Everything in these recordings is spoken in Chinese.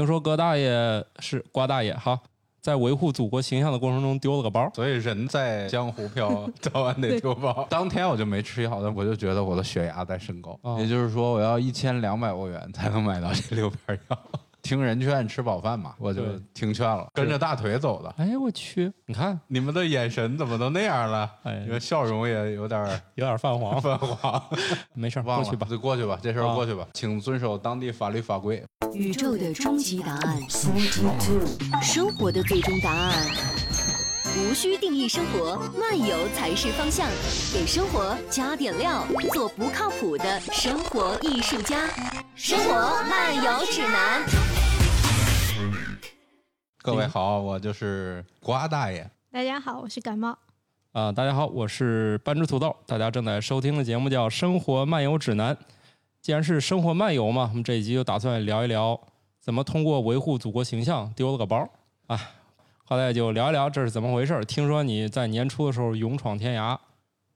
听说葛大爷是瓜大爷哈，在维护祖国形象的过程中丢了个包。所以人在江湖飘，早晚得丢包。当天我就没吃药，但我就觉得我的血压在升高，哦也就是说我要一千两百欧元才能买到这六片药。听人劝，吃饱饭嘛，我就对听劝了，跟着大腿走的。哎，我去，你看你们的眼神怎么都那样了？哎你们笑容也有点 儿有点泛 黄，泛黄。没事儿，忘过了去吧。就过去吧，这事儿啊过去吧，请遵守当地法律法规。宇宙的终极答案，生活的最终答案。无需定义生活，漫游才是方向。给生活加点料，做不靠谱的生活艺术家。生活漫游指南。各位好，我就是瓜大爷。大家好，我是感冒。啊、大家好，我是半只土豆，大家正在收听的节目叫《生活漫游指南》。既然是生活漫游嘛，我们这一集就打算聊一聊怎么通过维护祖国形象丢了个包啊。后来就聊一聊这是怎么回事儿。听说你在年初的时候勇闯天涯，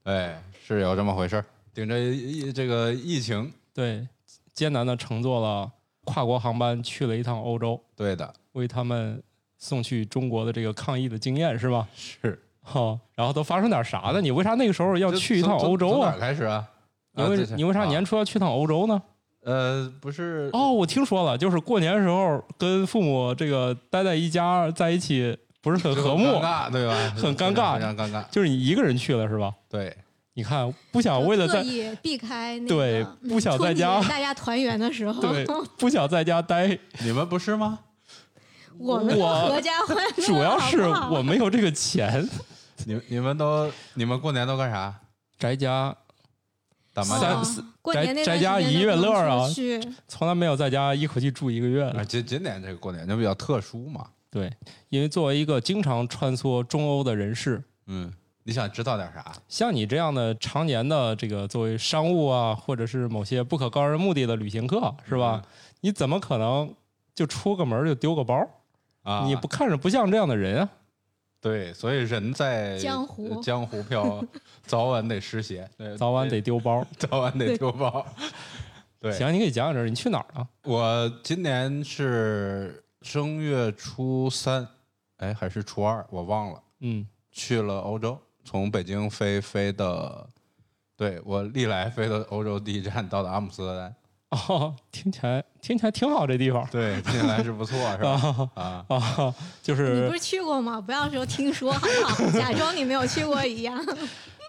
哎，是有这么回事儿。顶着疫这个疫情，对，艰难的乘坐了跨国航班去了一趟欧洲，对的，为他们送去中国的这个抗疫的经验是吧？是哦，然后都发生点啥呢？你为啥那个时候要这去一趟从欧洲从从哪啊儿？开始啊？你啊为、这是你为啥啊年初要去趟欧洲呢？呃，不是哦，我听说了，就是过年的时候跟父母这个待在一家在一起，不是很就和很睦尴，尬对 吧？很尴尬非常尴尬。就是你一个人去了是吧？对，你看，不想啊为了特在意避开那对个嗯不想在家春节大家团圆的时候， 对不想在家待，啊你们不是吗？我们都我合家欢乐，主要是好不好我没有这个钱，你你们都你们过年都干啥？宅家打麻三将哦四过年那宅宅段家时间一月乐啊都不能出去从来没有在家一口气住一个月啊？的。今今年这个过年就比较特殊嘛。对，因为作为一个经常穿梭中欧的人士，嗯，你想知道点啥？像你这样的常年的这个作为商务啊，或者是某些不可告人目的的旅行客，是吧？嗯你怎么可能就出个门就丢个包？啊，你不看着不像这样的人啊？对，所以人在江湖呃江湖飘， 早晚得湿鞋，对早晚得丢包。早晚得 丢包。对，行，你给讲讲这是你去哪儿了？我今年是正月初三，哎，还是初二，我忘了，嗯，去了欧洲，从北京飞飞的，对我历来飞的欧洲第一站到的阿姆斯特丹，哦，听起来听起来挺好，这地方对，近来是不错，是吧？啊啊，啊，就你是不是去过吗？不要说听说好不 好？假装你没有去过一样。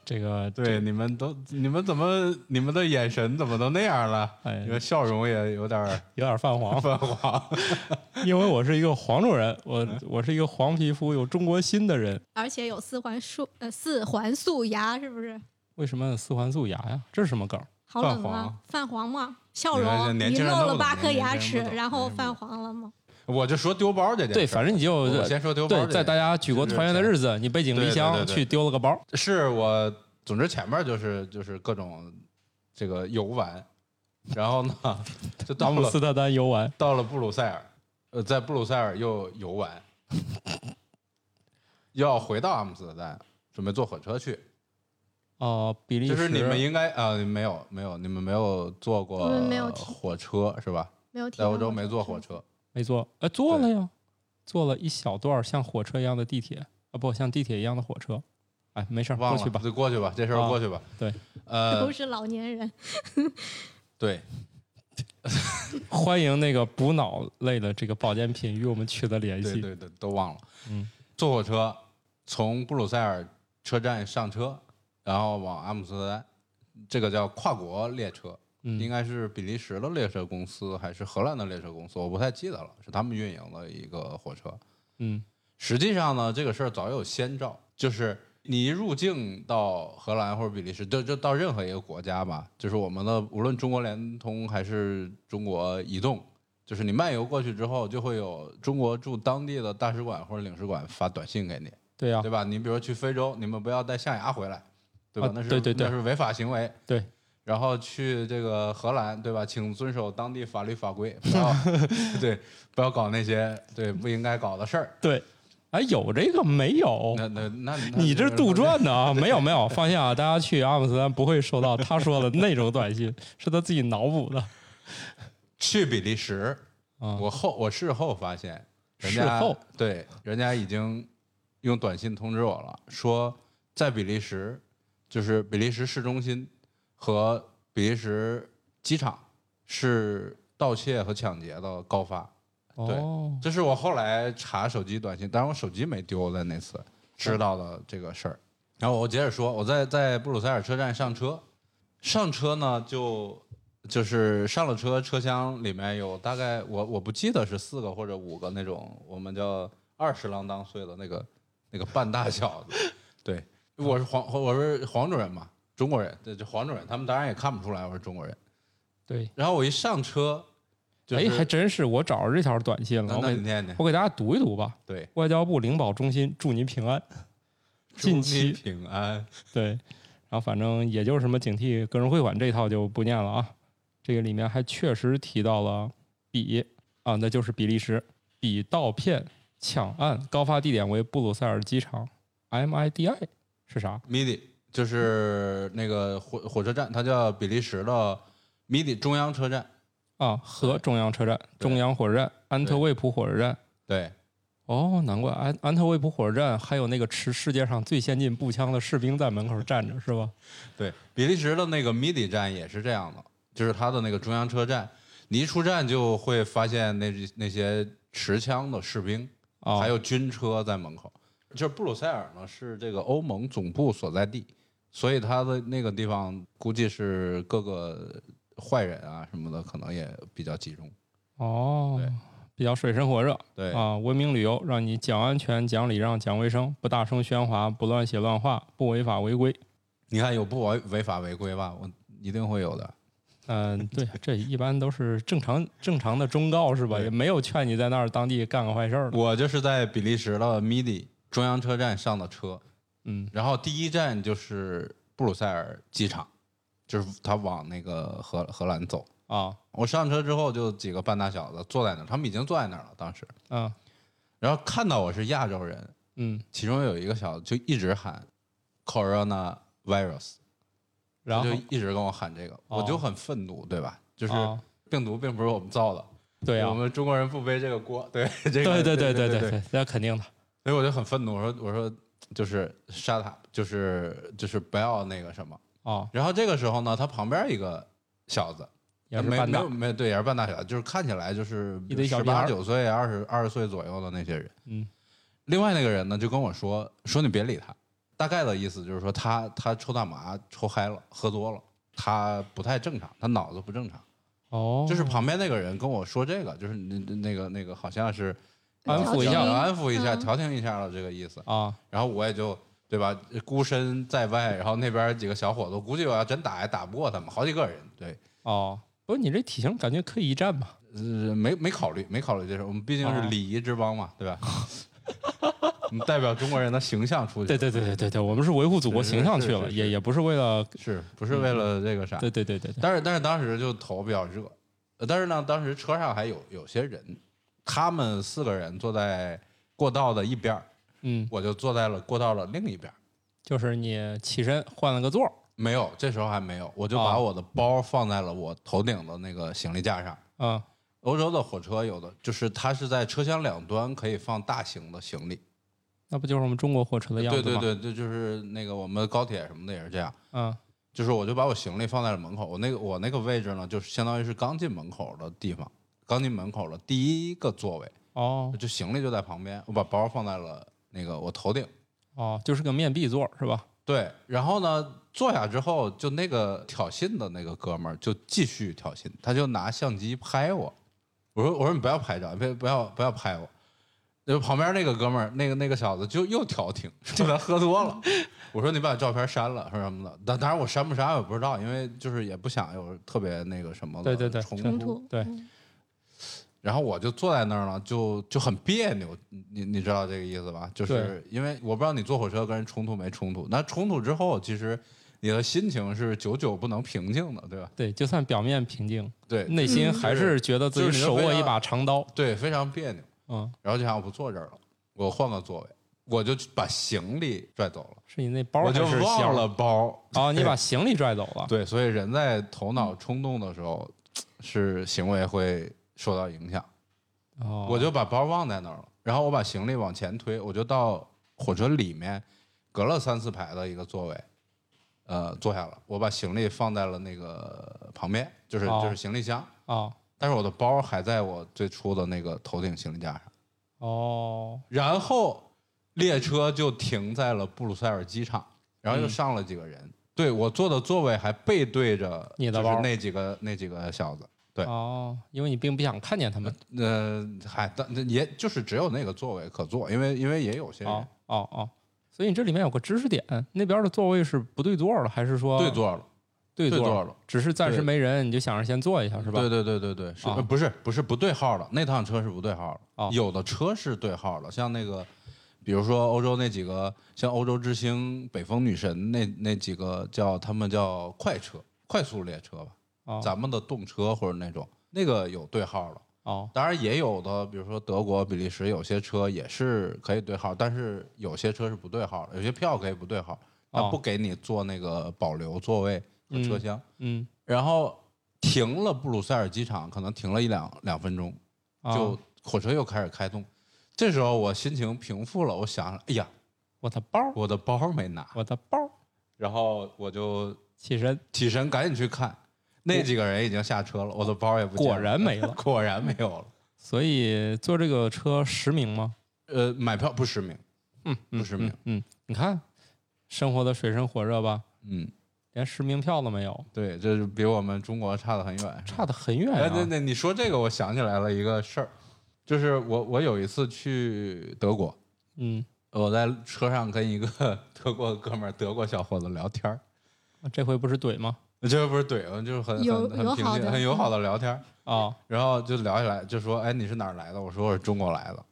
这个对，你们都，你们怎么，你们的眼神怎么都那样了？哎你们笑容也有点儿有点泛黄，泛黄。 因为我是一个黄种人，我嗯我是一个黄皮肤有中国心的人。而且有四环素呃四环素牙，是不是？为什么四环素牙呀？这是什么梗？好冷泛啊黄，泛黄吗？笑你看这容，年你轻人露弄了的八颗年轻牙人不齿，懂然后年轻人泛不黄了吗？我就说丢包这件事儿，对，反正你就我先说丢包对，这件事儿。在大家举国团圆的日子，你背井离对乡对对对去丢了个包，是我，总之前面就是就是各种这个游玩，然后呢，就阿到姆 了斯特丹游玩，到了布鲁塞尔，呃，在布鲁塞尔又游玩，要回到阿姆斯特丹，准备坐火车去。哦，比利时，就是你们应该啊、没有没有，你们没有坐过我们没有提火车是吧？没有提在到欧洲过没这坐事火 车，没坐，呃，坐了呀，坐了一小段儿像火车一样的地铁啊，不像地铁一样的火车。哎，没事儿，忘过了去 吧。就过去吧，这事儿啊过去吧。对，呃都，是老年人，对，欢迎那个补脑类的这个保健品与我们取得联对系。对对，都忘了。嗯，坐火车从布鲁塞尔车站上车，然后往阿姆斯特丹，这个叫跨国列车，应嗯，该是比利时的列车公司还是荷兰的列车公司，我不太记得了，是他们运营的一个火车。嗯，实际上呢，这个事儿早有先兆，就是你一入境到荷兰或者比利时，就就到任何一个国家吧，就是我们的无论中国联通还是中国移动，就是你漫游过去之后，就会有中国驻当地的大使馆或者领事馆发短信给你，对啊呀、对吧？你比如去非洲，你们不要带象牙回来，对吧？啊那是对对对那是违法行为。对。然后去这个荷兰，对吧？请遵守当地法律法规， 不要对，不要搞那些对不应该搞的事儿。对。哎，有这个没有？那那那，那你这就是杜撰的啊？没有没有，放心啊，大家去阿姆斯特丹不会收到他说的那种短信，是他自己脑补的。去比利时啊，我后我事后发现，人事家后对人家已经用短信通知我了，说在比利时，就是比利时市中心和比利时机场是盗窃和抢劫的高发。对哦，这是我后来查手机短信，但是我手机没丢在那次知道的这个事儿。然后我接着说，我在在布鲁塞尔车站上车，上车呢就就是上了车，车厢里面有大概我我不记得是四个或者五个那种我们叫二十郎当岁的那个那个半大小子。对，我是黄我是黄种人嘛，中国人，这这黄种人，他们当然也看不出来我是中国人。对，然后我一上车，就哎，是还真是，我找着这条短信了，那我那给你念念，我给大家读一读吧。对，外交部灵宝中心祝您平安。近期 祝你平安。对，然后反正也就是什么警惕个人汇款这一套就不念了啊。这个里面还确实提到了比啊，那就是比利时，比盗骗抢案高发地点为布鲁塞尔机场，MIDI 是啥？ MIDI 就是那个火火车站，它叫比利时的 MIDI 中央车站。啊，和中央车站、对中央火车站、安特卫普火车站。对，哦，难怪安安特卫普火车站还有那个持世界上最先进步枪的士兵在门口站着，是吧？对，比利时的那个 MIDI 站也是这样的，就是它的那个中央车站，你一出站就会发现那那些持枪的士兵，啊，还有军车在门口。就是布鲁塞尔呢，是这个欧盟总部所在地，所以它的那个地方估计是各个坏人啊什么的，可能也比较集中。哦对，比较水深火热对，啊，文明旅游让你讲安全、讲礼让、讲卫生，不大声喧哗，不乱写乱画，不违法违规。你看有不违违法违规吧？我一定会有的。嗯、 对，这一般都是正常正常的忠告是吧？对也没有劝你在那儿当地干个坏事儿的。我就是在比利时的 MIDI 中央车站上的车，嗯，然后第一站就是布鲁塞尔机场，就是他往那个荷荷兰走。啊，我上车之后，就几个半大小子坐在那儿，他们已经坐在那儿了。当时，啊，然后看到我是亚洲人，嗯，其中有一个小子就一直喊 “corona virus”，然他后就一直跟我喊这个，哦我就很愤怒，对吧？就是啊，病毒并不是我们造的，对啊我，们中国人不背这个锅。 对，这对个对对对对对对，那肯定的。所以我就很愤怒，我说我说就是杀他，就是就是不要那个什么。哦，然后这个时候呢，他旁边一个小子，也是没半没大有，没对，也是半大小，就是看起来就是一堆小十屁孩八儿九岁、二十二十岁左右的那些人。嗯，另外那个人呢，就跟我说说你别理他，大概的意思就是说他他抽大麻抽嗨了，喝多了，他不太正常，他脑子不正常。哦，就是旁边那个人跟我说这个，就是那那那个那个好像是安抚一下安抚一下，嗯调停一下了这个意思。啊，然后我也就对吧，孤身在外，然后那边几个小伙子，估计我要真打也打不过他们，好几个人，对，哦，不是你这体型感觉可以一战吧？呃没没考虑，没考虑这事，我们毕竟哦是礼仪之邦嘛，对吧？ 你代表中国人的形象出去，对对对对对对，我们是维护祖国是形象是去是了，是也也不是为了，是不是为了这个啥？对对对对对，但是但是当时就头比较热，呃但是呢，当时车上还有有些人，他们四个人坐在过道的一边儿嗯，我就坐在了过道的另一边儿就是你起身换了个座儿，没有，这时候还没有，我就啊把我的包放在了我头顶的那个行李架上。啊欧洲的火车有的就是它是在车厢两端可以放大型的行李，那不就是我们中国火车的样子对吗？对对，这就是那个我们高铁什么的也是这样。嗯就是我就把我行李放在了门口，我那个我那个位置呢，就是相当于是刚进门口的地方，刚进门口的第一个座位，哦就行李就在旁边，我把包放在了那个我头顶。哦，就是个面壁座儿是吧？对，然后呢，坐下之后，就那个挑衅的那个哥们儿就继续挑衅，他就拿相机拍我，我说我说你不要拍照，别不要不要拍我。就旁边那个哥们儿，那个那个小子就又调停， 就他喝多了。我说你把照片删了，说什么的。但当然我删不删我也不知道，因为就是也不想有特别那个什么对的对对冲冲突对嗯然后我就坐在那儿了，就就很别扭，你你你知道这个意思吧？就是因为我不知道你坐火车跟人冲突没冲突，那冲突之后，其实你的心情是久久不能平静的，对吧？对，就算表面平静，对内心还嗯是觉得自就己是手你就握非要一把长刀。对，非常别扭。嗯，然后就想我不坐这儿了，我换个座位，我就去把行李拽走了，是你那包还我就是箱忘儿了包。哦，你把行李拽走了。对，所以人在头脑冲动的时候，是行为会受到影响。哦，我就把包忘在那儿了，然后我把行李往前推，我就到火车里面隔了三四排的一个座位，呃，坐下了，我把行李放在了那个旁边，就是、哦就是行李箱，啊但是我的包还在我最初的那个头顶行李架上，哦然后列车就停在了布鲁塞尔机场，然后又嗯上了几个人，对我坐的座位还背对着你的就是包那几个那几个小子。对哦，因为你并不想看见他们。呃，嗨，但那也就是只有那个座位可坐，因为因为也有些人、哦哦哦，所以你这里面有个知识点，那边的座位是不对座了，还是说对座了，对哦对座座了，只是暂时对没人，你就想着先坐一下是吧？对对对对对，是、啊呃不是不是不对号的？那趟车是不对号的，哦有的车是对号的，像那个，比如说欧洲那几个，像欧洲之星、北风女神那那几个叫他们叫快车、快速列车吧，哦咱们的动车或者那种，那个有对号的。哦当然也有的，比如说德国、比利时，有些车也是可以对号，但是有些车是不对号的，有些票可以不对号，它哦不给你做那个保留座位和车嗯厢。嗯，然后停了布鲁塞尔机场，可能停了一两两分钟，啊就火车又开始开动。这时候我心情平复了，我想，哎呀，我的包，我的包没拿，我的包，然后我就起身起身赶紧去看，那几个人已经下车了，我的包也不见了。果然没了 果然没有了。所以坐这个车实名吗？呃，买票不实名，嗯，嗯不实名。嗯，嗯你看，生活的水深火热吧，嗯，连实名票都没有，对，这是比我们中国差得很远，差得很远啊。哎，对对，你说这个，我想起来了一个事儿，就是我我有一次去德国，嗯，我在车上跟一个 德国哥们儿、德国小伙子聊天儿，呃这回不是怼吗？这不是怼我，就是很友很很友平好静、的嗯很友好的聊天儿。哦然后就聊起来，就说：“哎，你是哪儿来的？”我说：“我是中国来的。”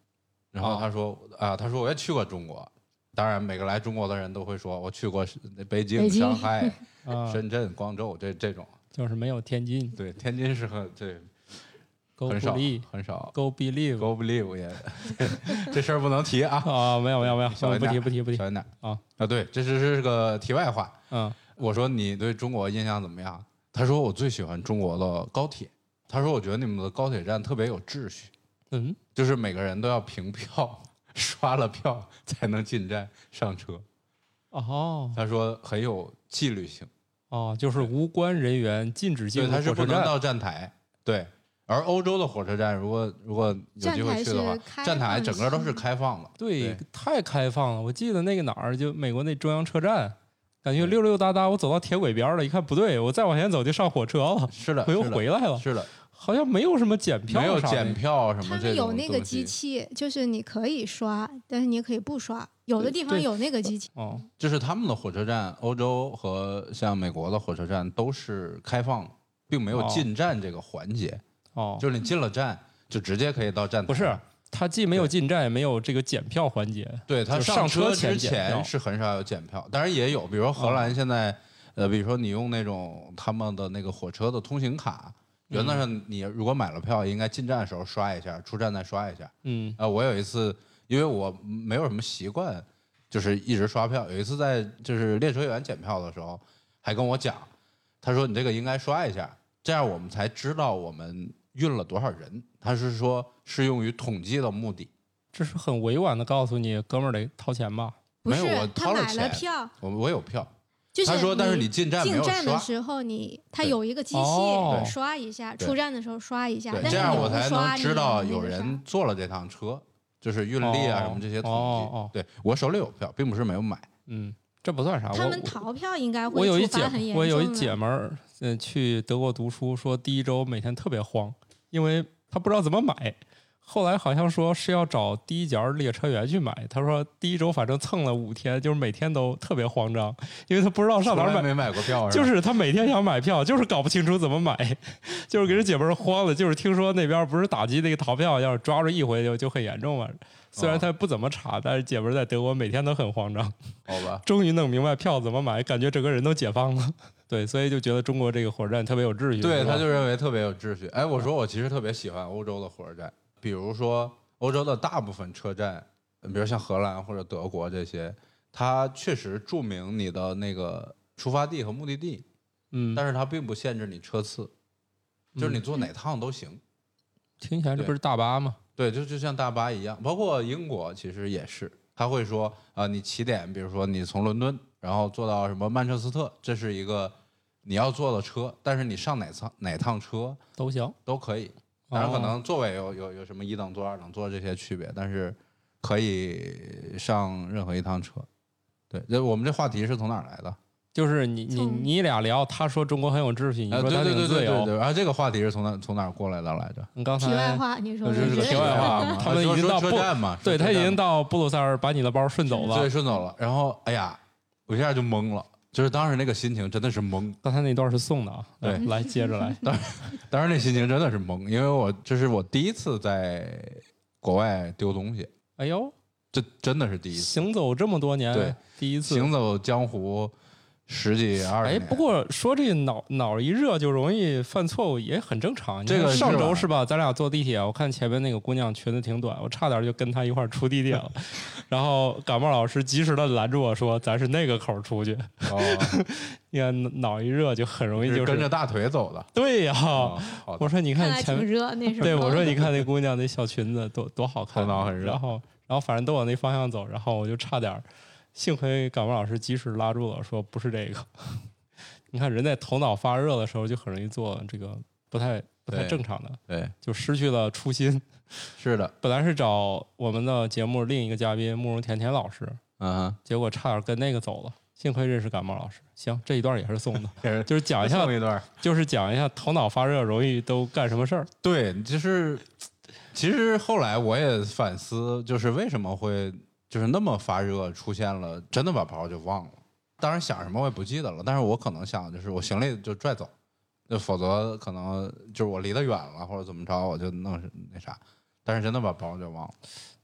然后哦他说：“啊，他说我也去过中国。当然，每个来中国的人都会说，我去过是北京、北京上 海、啊，深圳、广州这这种。就是没有天津对，天津是很对，Go 很少 believe，Go 很少。 believe。 Go believe 也 这事儿不能提啊，啊，没有没有没有，小心不提不提不提小。心点啊啊！对，这是是个题外话。嗯，我说你对中国印象怎么样？他说我最喜欢中国的高铁。他说我觉得你们的高铁站特别有秩序，嗯，就是每个人都要凭票 刷了票才能进站上车。哦他说很有纪律性，哦，就是无关人员禁止进对，入他是火不车能站。到站台。对，而欧洲的火车站，如果如果有机会去的话站台是，开站台放整个都是性开放的。对对，太开放了。我记得那个哪儿，就美国那中央车站，感觉对溜溜达达。我走到铁轨边儿了，一看不对，我再往前走就上火车了，是的，我又是的回来了，是的，好像没有什么检票没有啥的检票什么他这们有种那个东西机器，就是你可以刷，但是你也可以不刷。有的地方对有那个机器，哦就是他们的火车站，欧洲和像美国的火车站都是开放的，并没有哦进站这个环节，哦，就是你进了站就直接可以到站台。不是，它既没有进站，也没有这个检票环节。对他就是上上车之前检票哦前是很少有检票，当然也有，比如说荷兰现在，呃，比如说你用那种他们的那个火车的通行卡，原嗯则上你如果买了票，应该进站的时候刷一下，出站再刷一下。嗯啊，我有一次，因为我没有什么习惯，就是一直刷票。有一次在就是列车员检票的时候，还跟我讲，他说你这个应该刷一下，这样我们才知道我们运了多少人。他是说适用于统计的目的。这是很委婉的告诉你，哥们儿得掏钱吧。不没有是我他掏了买钱了票，我我有票，就是他说但是你你进站没进有站的刷，时候你他对有一个机哦器，你刷一下；对出站的时候刷一下。对，但这是样你我不才刷能知道你也有不那个啥人啊坐了这趟车，就是运力哦啊什么这些哦统哦计。对我手里有票，并不是没有买。嗯，这不算啥。他我们逃票应该我会有一处姐罚很，严重我有一的姐们儿，嗯，去德国读书，说第一周每天特别慌，因为她不知道怎么买。后来好像说是要找第一节儿列车员去买，她说第一周反正蹭了五天，就是每天都特别慌张，因为她不知道上哪从儿来买。没买过票，就是吧是她每天想买票，就是搞不清楚怎么买， 就是给这姐们儿慌的。就是听说那边儿不是打击那个逃票，要是抓住一回就就很严重嘛。虽哦然她不怎么查，但是姐们儿在德国每天都很慌张。好吧。终于弄明白票怎么买，感觉整个人都解放 了。对，所以就觉得中国这个火车站特别有秩序。对，是吧他就认为特别有秩序。哎，我说我其实特别喜欢欧洲的火车站，比如说欧洲的大部分车站，比如像荷兰或者德国这些，它确实注明你的那个出发地和目的地，嗯，但是它并不限制你车次，就是你坐哪趟都行。听起来这对不是大巴吗？对，就就像大巴一样，包括英国其实也是，他会说啊、你起点，比如说你从伦敦，然后坐到什么曼彻斯特，这是一个你要坐的车，但是你上哪趟哪趟车都行，都可以，当然可哦能座位有有有什么一等座、二等座这些区别，但是可以上任何一趟车。对，这我们这话题是从哪儿来的？就是你你从你俩聊，他说中国很有秩序，你啊，说对他对挺对自对对由。对，然后这个话题是从哪从哪儿过来的来着？你刚题外才话，嗯你说呃的这是这个个题题外外话话嘛，他们说已经说到车不站嘛，对他已经到布鲁塞尔，把你的包顺走对了。顺走了，然后哎呀，我一下就懵了，就是当时那个心情真的是懵，刚才那段是送的啊， 对来来接着来。当时那心情真的是懵，因为我这是我第一次在国外丢东西，哎呦，这真的是第一次，行走这么多年，对，第一次。行走江湖十几二十哎，年。不过说这脑脑一热就容易犯错误，也很正常。你这个看是上吧周是吧？咱俩坐地铁，我看前面那个姑娘裙子挺短，我差点就跟她一块儿出地 铁了。然后感冒老师及时的拦住我说：“咱是那个口儿出去。 哦，”你看脑一热就很容易就是跟着大腿走的。对呀、哦，好的我说你看看来前挺面，热，那时候 对我说你看那姑娘那小裙子多多好看，啊头脑很热然后然后反正都往那方向走，然后我就差点儿，幸亏感冒老师及时拉住了，说不是这个。 你看人在头脑发热的时候就很容易做这个不太不太对正常的，对，就失去了初心。是的，本来是找我们的节目另一个嘉宾慕容甜甜老师，嗯结果差点跟那个走了。幸亏认识感冒老师，行，这一段也是送的， 哼，就是讲一下，一段。就是讲一下头脑发热容易都干什么事儿。对，就是其实后来我也反思，就是为什么会就是那么发热，出现了真的把包就忘了。当然想什么我也不记得了，但是我可能想的就是我行李就拽走，那否则可能就是我离得远了或者怎么着，我就弄是那啥。但是真的把包就忘了，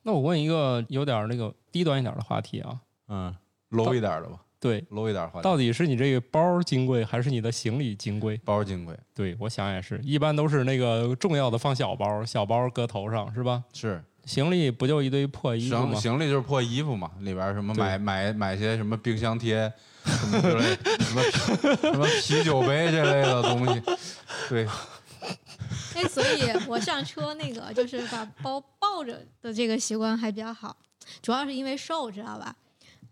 那我问一个有点儿那个低端一点儿的话题啊，嗯，low 一点的吧对， ，low 一点的话，到底是你这个包儿金贵还是你的行李金贵？包金贵对，我想也是，一般都是那个重要的放小包儿，小包儿搁头上是吧？是行李不就一堆破衣服行吗？行李就是破衣服嘛，里边儿什么对买买买些什么冰箱贴什么之类，什么什么啤酒杯这类的东西，对，哎，所以我上车那个就是把包抱着的这个习惯还比较好，主要是因为瘦，知道吧？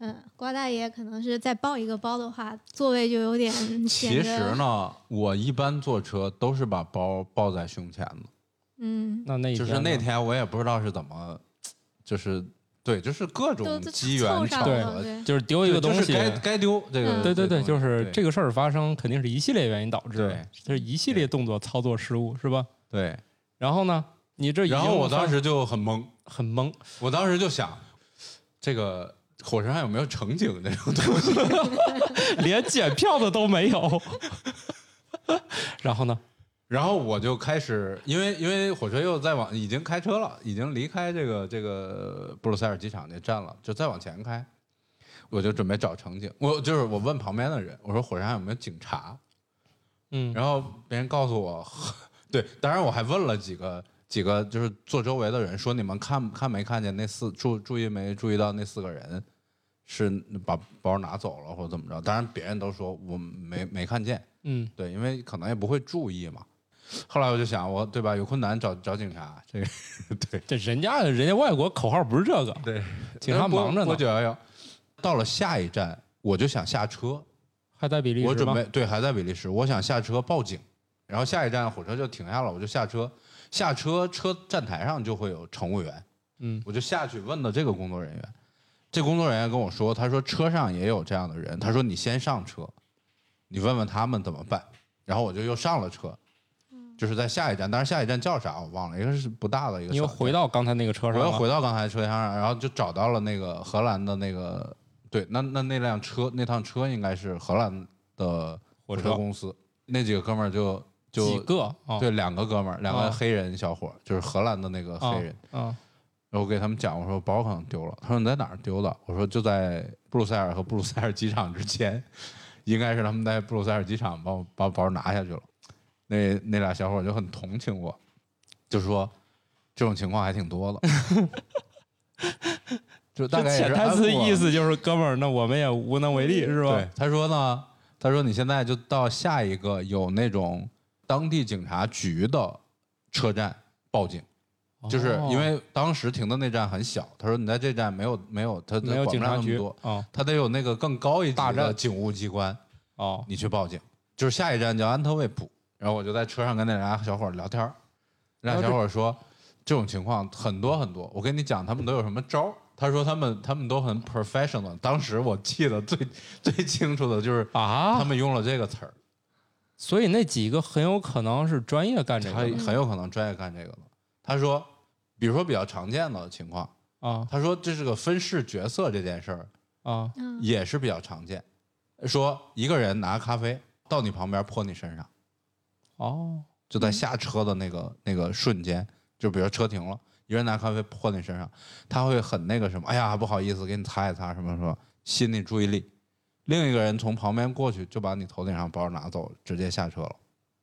嗯，瓜大爷可能是再抱一个包的话，座位就有点其显实得呢，我一般坐车都是把包抱在胸前的，嗯，那那一就是那呢天我也不知道是怎么，就是对，就是各都种都机缘凑巧上对合了，，对，就是丢一个东就西是，该该丢这个，嗯对对对，东西就是这对个事儿发生肯定是一系列原因导致的对，这是一系列动作操作失误是吧？然后呢，你这已对。然经后我发当时就很懵，很懵，我当时就想，这个火车上有没有乘警这种东西？连检票的都没有。 然后呢？然后我就开始，因为因为火车又在往已经开车了，已经离开这个这个布鲁塞尔机场这站了，就再往前开，我就准备找乘警。我就是我问旁边的人，我说火车上有没有警察？嗯，然后别人告诉我， 对，当然我还问了几个几个就是坐周围的人，说你们看看没看见那四注注意没注意到那四个人是把包拿走了或者怎么着？当然别人都说我没没看见。嗯，对，因为可能也不会注意嘛。后来我就想，我对吧？有困难找找警察， 这个对这人家人家外国口号不是这个，对，警察忙着拨呢，九幺幺。到了下一站，我就想下车，还在比利我时准吗？备对还在比利时，我想下车报警，然后下一站火车就停下了，我就下车，下车车站台上就会有乘务员，嗯，我就下去问的这个工作人员，这工作人员跟我说，他说车上也有这样的人，他说你先上车，你问问他们怎么办，然后我就又上了车，就是在下一站，但是下一站叫啥我忘了，一个是不大的一个，你又回到，到刚才那个车我上又了，回到刚才车厢上，然后就找到了那个荷兰的那个，对，那那那辆车那趟车应该是荷兰的。火车公司，那几个哥们儿就几就个啊，对两个哥们儿，两啊个黑人小伙儿，就是荷兰的那个啊黑人。啊，然后我给他们讲，我说包可能丢了。他说你在哪儿丢的？我说就在布鲁塞尔和布鲁塞尔机场之间， 应该是他们在布鲁塞尔机场把我把我包拿下去了。那那俩小伙儿就很同情我，就说这种情况还挺多的， 就大这概也潜是台安词抚我意思就是哥们儿，那我们也无能为力是吧？对，他说呢，他说你现在就到下一个有那种当地警察局的车站报警，哦就是因为当时停的那站很小，他说你在这站没有没有，他没有管不警了察那么局多，啊他得有那个更高一级大的站警务机关，哦你去报警，就是下一站叫安特卫普。然后我就在车上跟那俩小伙儿聊天儿，那俩小伙儿说这种情况很多很多，我跟你讲他们都有什么招儿。他说他们他们都很 professional。当时我记得最 最清楚的就是他啊，们用了这个词儿，所以那几个很有可能是专业干这他个的很有可能专业干这个的。他说，比如说比较常见的情况，啊他说这是个分饰角色这件事儿，啊嗯，也是比较常见。说一个人拿咖啡到你旁边泼你身上，哦就在下车的那个、那个瞬间，就比如车停了，一个人拿咖啡泼你身上，他会很那个什么，哎呀不好意思，给你擦一擦什么什么，吸引你注意力。另一个人从旁边过去，就把你头顶上包拿走，直接下车了。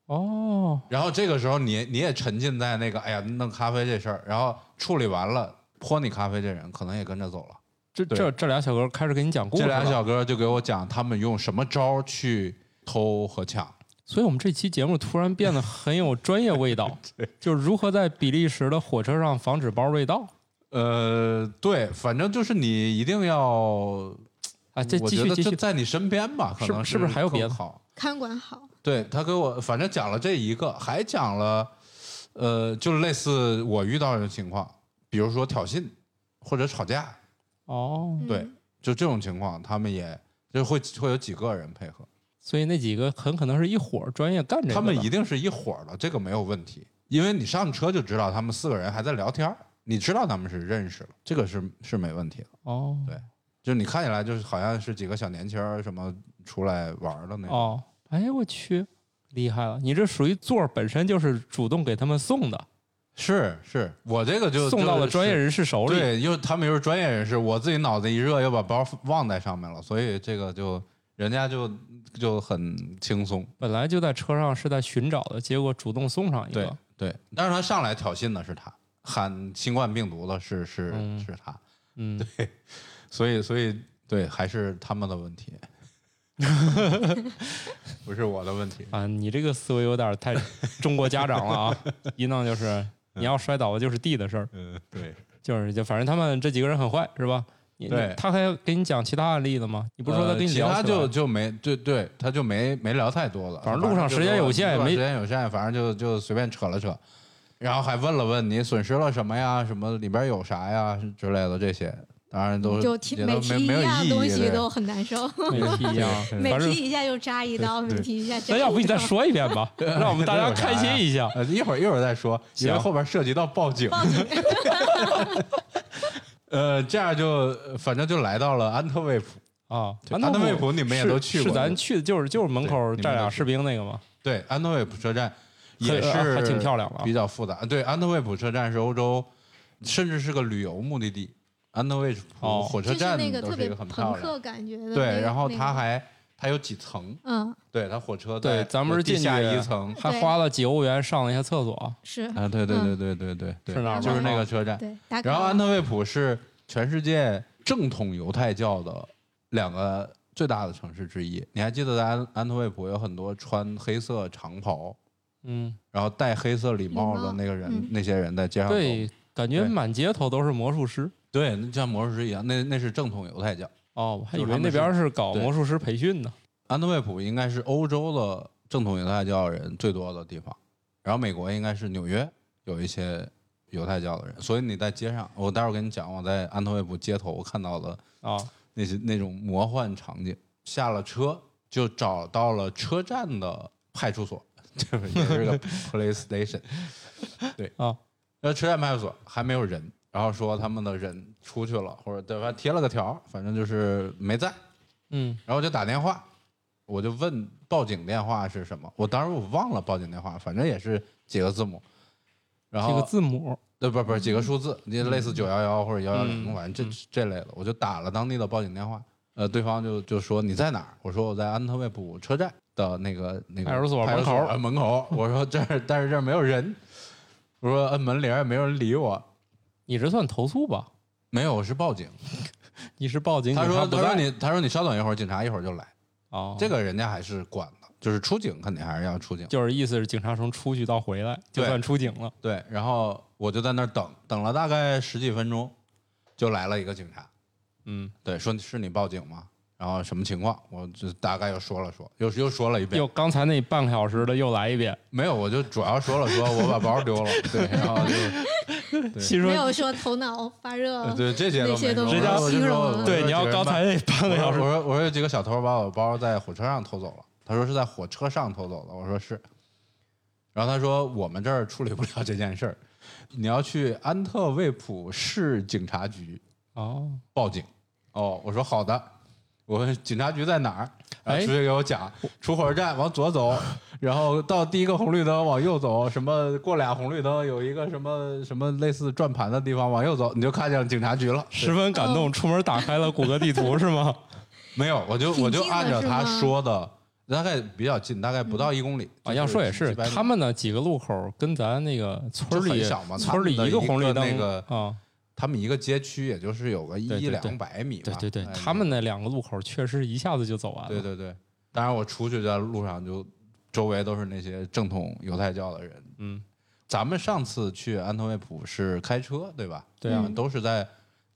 哦然后这个时候你你也沉浸在那个哎呀弄咖啡这事儿，然后处理完了泼你咖啡这人可能也跟着走了。这对这这俩小哥开始给你讲故事这俩了，小哥就给我讲他们用什么招儿去偷和抢。所以我们这期节目突然变得很有专业味 道，就是如何在比利时的火车上防止包味道呃，对，反正就是你一定要啊，这我继觉续得继就续在你身边吧，可是能是不是还有别的更好？看管好，对他给我反正讲了这一个，还讲了，呃，就类似我遇到的情况，比如说挑衅或者吵架，哦，嗯对，就这种情况，他们也就会会有几个人配合，所以那几个很可能是一伙儿专业干这个的，他们一定是一伙儿的，这个没有问题，因为你上车就知道他们四个人还在聊天儿，你知道他们是认识了，这个是是没问题的，哦对就是你看起来就是好像是几个小年轻儿什么出来玩儿的那种。哦，哎我去，厉害了！你这属于座儿本身就是主动给他们送的，是是，我这个就送到了就是专业人士手里。对，又他们又是专业人士，我自己脑子一热又把包忘在上面了，所以这个就人家就就很轻松。本来就在车上是在寻找的，结果主动送上一对个。对，但是他上来挑衅的是他，喊新冠病毒的是是、嗯是他，嗯，所以所以对，还是他们的问题，不是我的问题。啊，你这个思维有点太 中国家长了啊！一弄就是你要摔倒了就是地的事儿，嗯，对，就是就反正他们这几个人很坏是吧？你对他还给你讲其他案例的吗？你不是说他呃跟你其聊他起来就就没对对，他就没没聊太多了。反正路上就时间跟我有限路上没时间有限，反正就就随便扯了扯，然后还问了问你损失了什么呀，什么里边有啥呀之类的这些，当然都觉就提得每没提一没有样意义。东西对都很 难受，没提一样，对每反正提一下就扎一刀，每对提一下扎那一刀。要不你再说一遍 吧，让我们大家开心一下。呃，一会儿一会儿再说，因为行后边涉及到报警。报警？ 呃，这样就呃反正就来到了安特卫普。啊，对安特卫普你们也是都去是过咱对去的，就是就是门口对站你们俩都士兵那个嘛，对，安特卫普车站也很呃是还挺漂亮的啊比较复杂。对，安特卫普车站是欧洲，甚至是个旅游目的地。安特卫普哦火就车是站那个都特是一别个很朋漂亮。克感觉的那个。对，然后那它个还它有几层，嗯对，它火车对在咱们是地进去下一层还对花了几欧元上了一下厕所。 是啊，对对对嗯对对对对，是那儿吗就是那个车站。对打卡。然后安特卫普是全世界正统犹太教的两个最大的城市之一。你还记得在安安特卫普有很多穿黑色长袍，嗯，然后戴黑色礼帽礼的帽那个人，嗯那些人在街上走，对，感觉对满街头都是魔术师。对，那像魔术师一样，那那是正统犹太教。哦，我还就以为是他那们边是搞对魔术师培训呢。安特卫普应该是欧洲的正统犹太教人最多的地方，然后美国应该是纽约有一些犹太教的人，所以你在街上，我待会儿跟你讲，我在安特卫普街头我看到的啊，那些那种魔幻场景。下了车就找到了车站的派出所， 这也是 个 police station。对啊，那车站派出所还没有人，然后说他们的人出去了，或者对，反正贴了个条儿，反正就是没在。嗯，然后我就打电话，我就问报警电话是什么，我当时我忘了报警电话，反正也是几个字母。然这后个字母对，不是不是几个数字，你类似九幺幺或者幺幺零，嗯反正嗯这这类的，我就打了当地的报警电话。呃，对方就就说你在哪儿？我说我在安特卫普车站的那个那个派出所门口呃门口。我说这儿，但是这儿没有人。我说摁门铃儿也没有人理我，你这算投诉吧？没有，我是报警。你是报警，他警说察不他说在。你他说你稍等一会儿，警察一会儿就来。哦，这个人家还是管的，就是出警肯定还是要出警。就是意思是警察从出去到回来就对算出警了。对，然后我就在那儿等，等了大概十几分钟，就来了一个警察，嗯，对，说是你报警吗？然后什么情况？我就大概又说了说，又又说了一遍又，刚才那半个小时的又来一遍，没有，我就主要说了说我把包丢了，对，然后就对其实没说有说头脑发 热，对这些嗯那都些没都说，直接我就形容说了我对，说你要几个人刚把才那半我个说小时我，说我说有几个小偷把我包在火车上偷走了，他说是在火车上偷走的，我说是，然后他说我们这儿处理不了这件事儿，你要去安特卫普市警察局哦，报警。哦，我说好的，我问警察局在哪儿，然哎后直接给我讲，出火车站往 左走，然后到第一个红绿灯往右走，什么过俩红绿灯有一个什么什么类似转盘的地方往右走，你就看见警察局了。十分感动，出门打开了谷歌地图是吗？没有，嗯 我就挺我就近的按照是他吗嗯说的，大概比较近，大概不到一公里。啊，要说也，就是几百米他们呢几个路口跟咱那个村就里很小嘛他村里们的一个红绿一个灯那个啊，他们一个街区也就是有个对一对两百米吧。对对对哎，他们那两个路口确实一下子就走完了。对对对。当然，我出去在路上就周围都是那些正统犹太教的人。嗯，咱们上次去安特卫普是开车对吧？对啊我们都是在